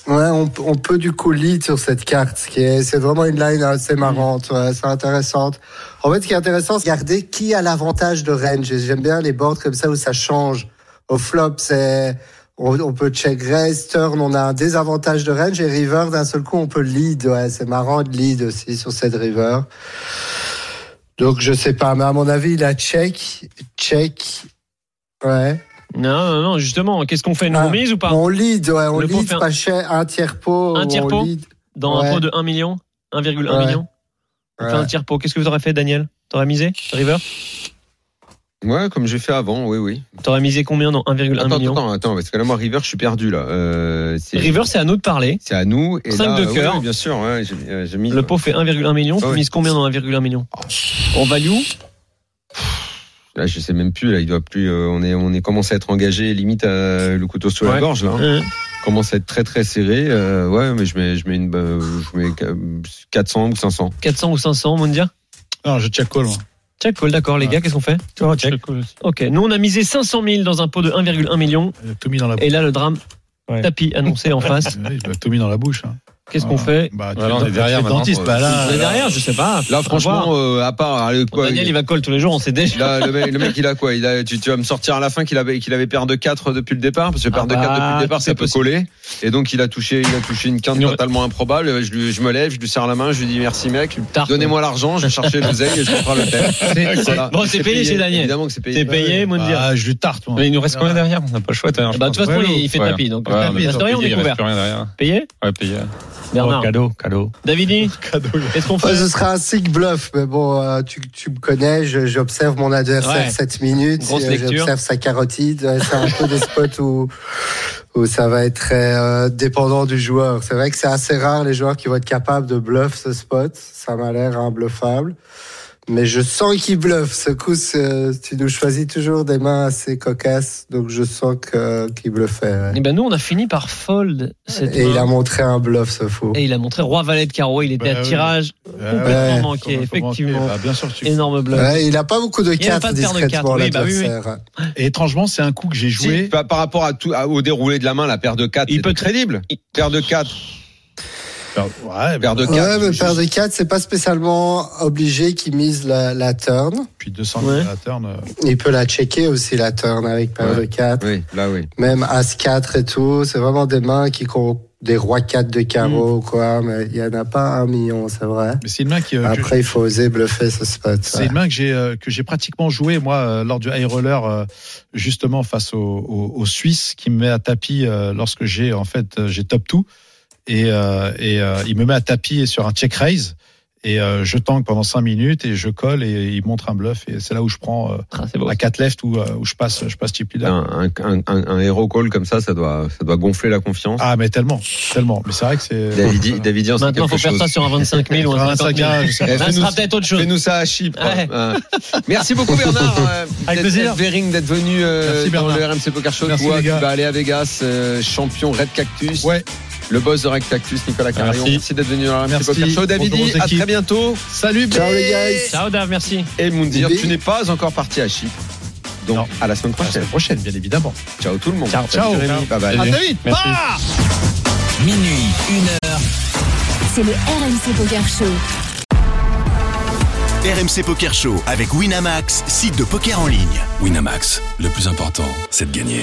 K: Ouais, on, on peut du coup lead sur cette carte, ce qui est, c'est vraiment une line assez marrante, ouais, c'est intéressante. En fait, ce qui est intéressant, c'est regarder qui a l'avantage de range. Et J'aime bien les boards comme ça où ça change. Au flop, c'est, on, on peut check raise, turn, on a un désavantage de range et river, d'un seul coup, on peut lead, ouais, c'est marrant de lead aussi sur cette river. Donc je sais pas, mais à mon avis, il a check, check. Ouais.
I: Non, non, non, justement, qu'est-ce qu'on fait Nous
K: Ah.
I: on mise ou pas
K: On lead, ouais, on
I: Le pot
K: lead
I: fait un-
K: pas cher, un tiers pot.
I: Un
K: on
I: tiers pot
K: lead.
I: Dans un
K: Ouais.
I: pot de 1 million 1,1
K: Ouais.
I: million On fait
K: Ouais.
I: un tiers pot. Qu'est-ce que vous aurez fait, Daniel T'aurais misé River
E: Ouais, comme j'ai fait avant, oui, oui.
I: T'aurais misé combien dans 1,1
E: Attends,
I: million
E: attends, attends, parce que là, moi, River, je suis perdu, là. Euh, c'est-
I: River, c'est à nous de parler.
E: c'est à nous. Et
I: Cinq
E: là,
I: de
E: ouais,
I: cœur.
E: bien sûr, ouais, j'ai euh, j'ai mis.
I: Le pot fait 1,1 million.
E: Ah
I: Tu
E: ouais.
I: mises combien dans 1,1 million En value
E: Là, je sais même plus, là, il doit plus. euh, on, est, on est commencé à être engagé, limite, euh, le couteau sous la
I: Ouais.
E: gorge, là.
F: Ah.
E: hein.
I: euh,
E: Commence à être très, très serré. euh, ouais, mais je mets, je mets, une, euh, je mets euh, 400 ou 500.
I: 400 ou 500, Mondia
F: Non, je check call. moi. Euh,
I: Check call, d'accord,
F: Ah.
I: les gars, qu'est-ce qu'on fait Ok, nous on a misé 500 000 dans un pot de 1,1 million.
F: Il a tout mis dans la bouche.
I: Et là, le drame,
H: Ouais.
I: tapis annoncé en face.
F: Il a tout mis dans la bouche. hein.
I: Qu'est-ce qu'on fait
F: Bah, tu
J: Voilà,
F: es
J: on est derrière
F: tu es
J: maintenant.
F: dentiste. Bah, là,
I: On est derrière, je sais pas.
E: Là,
I: Faut voir.
E: franchement, euh, à part. allez, quoi,
I: Daniel,
E: il-
I: il va call tous les jours, on sait déjà.
E: Là, le, mec, le mec, il a quoi il a, tu, tu vas me sortir à la fin qu'il avait, qu'il avait paire de 4 depuis le départ Parce que paire de
I: bah,
E: 4 depuis le départ,
I: tout est
E: ça peut
I: possible.
E: coller. Et donc, il a touché, il a touché une quinte
I: Il aurait-
E: totalement improbable. Je, lui- je me lève, je lui serre la main, je lui dis merci, mec.
I: Tarte.
E: Donnez-moi l'argent, je vais chercher l'oseille et je prends le thème. Voilà.
I: Bon, c'est payé chez Daniel.
E: Évidemment que c'est payé.
I: T'es payé,
F: bah,
I: Mondia.
F: je lui tarte. moi.
J: Mais il nous reste combien derrière On n'a pas le choix.
H: Eh
J: derrière, je
I: Bah, de toute
J: pense.
I: façon,
J: Ouais,
I: il il fait
J: ouais.
I: tapis. Donc,
J: Ouais,
I: euh,
J: on est
I: reste rien, on est
J: il reste
I: couvert.
J: plus rien derrière.
I: Payé
J: Ouais, euh, payé.
I: Bernard.
H: cadeau, cadeau.
I: Davidi, qu'est-ce qu'on
K: Ouais,
I: fait
K: ce sera un sick bluff, mais bon, euh, tu, tu me connais, je- j'observe mon adversaire
I: Ouais.
K: 7 minutes,
I: Grosse
K: euh,
I: lecture.
K: j'observe sa carotide. Ouais, C'est un peu des spots où, où ça va être très euh, dépendant du joueur. C'est vrai que c'est assez rare les joueurs qui vont être capables de bluff ce spot. Ça m'a l'air imbluffable. Mais je sens qu'il bluffe. Ce coup, c'est- tu nous choisis toujours des mains assez cocasses, donc je sens que- qu'il bluffait. ouais.
I: Eh ben, nous, on a fini par fold cette
K: Et
I: main.
K: il a montré un bluff, ce fou.
I: Et il a montré Roi Valet de Carreau. Il était
F: Bah
I: à
F: oui.
I: tirage.
F: Ouais,
I: complètement
F: ouais.
I: manqué,
F: Comment- comment-
I: effectivement.
F: Bah, bien sûr, que tu-
I: Énorme bluff.
K: Ouais, il a pas beaucoup de
I: Il a pas
K: cartes
I: de paire de
K: discrètement,
I: cartes. Oui, bah oui, oui.
K: l'adversaire.
F: Et étrangement, c'est un coup que j'ai
E: Si,
F: joué.
E: par par rapport à tout, à- au déroulé de la main, la paire de 4,
I: Il
E: il
I: peut-
E: peut crédible.
I: il-
E: Paire de 4,
F: Bah, Ouais,
E: paire de 4.
K: Ouais, mais paire de 4, c'est pas spécialement obligé qu'il mise la, la turn.
F: Puis 200
I: Ouais.
F: la turn. euh,
K: Il peut la checker aussi, la turn, avec paire
E: Ouais.
K: de 4.
E: Oui, là, oui.
K: Même As 4 et tout. C'est vraiment des mains qui comptent des rois 4 de carreau, quoi. Mais il y en a pas un million, c'est vrai.
F: Mais c'est une main qui. euh, que-
K: Après, il faut oser bluffer ce spot.
F: C'est une main que j'ai euh, que j'ai pratiquement joué moi euh, lors du high roller euh, justement face au, au- au Suisse qui me met à tapis euh, lorsque j'ai en fait euh, j'ai top tout et euh, et euh, il me met à tapis sur un check raise et euh, je tank pendant 5 minutes et je colle et il montre un bluff et c'est là où je prends euh,
I: Ah, c'est beau.
F: à 4 left où, euh, où je passe je passe type leader.
E: Un, un, un, un hero call comme ça, ça doit, ça doit gonfler la confiance.
F: Ah mais tellement tellement mais c'est vrai que c'est
E: David, David, c'est
I: Maintenant,
E: quelque
I: faut faire
E: chose.
I: ça sur un 25 000 ou un 50 000.
F: Ah, je sais.
E: Eh,
I: Là, ce
E: fais-nous-
I: sera peut-être autre chose.
E: Fais-nous ça à Chypre.
I: Ouais.
E: Euh, merci beaucoup Bernard. euh,
I: Avec
E: d'être-
I: plaisir.
E: Vering d'être venu euh,
F: Merci,
E: dans le
F: Bernard.
E: RMC Poker Show.
F: Merci,
E: Toi,
F: les
E: tu
F: gars.
E: vas aller à Vegas, euh, champion Red Cactus.
F: Ouais.
E: Le boss de Red Cactus, Nicolas Carillon. Merci, d'être venu dans le RMC
F: Merci.
E: Poker Show. David,
F: Bonjour aux
E: à
F: équipes.
E: très bientôt.
F: Salut
K: Ciao, les gars.
I: Ciao, Dave, merci.
E: Et Moundir,
K: Bébé.
E: tu n'es pas encore parti à Chypre. Donc,
F: Non.
E: à la semaine
F: À la
E: prochaine.
F: semaine prochaine bien évidemment.
E: Ciao tout le monde.
F: Ciao.
E: Salut,
F: Ciao.
E: Jérémy. Bye bye.
F: À très vite.
J: Merci.
F: Bah
D: Minuit, une heure.
C: C'est le RMC Poker Show.
A: RMC Poker Show avec Winamax, site de poker en ligne.
B: Winamax, le plus important, c'est de gagner.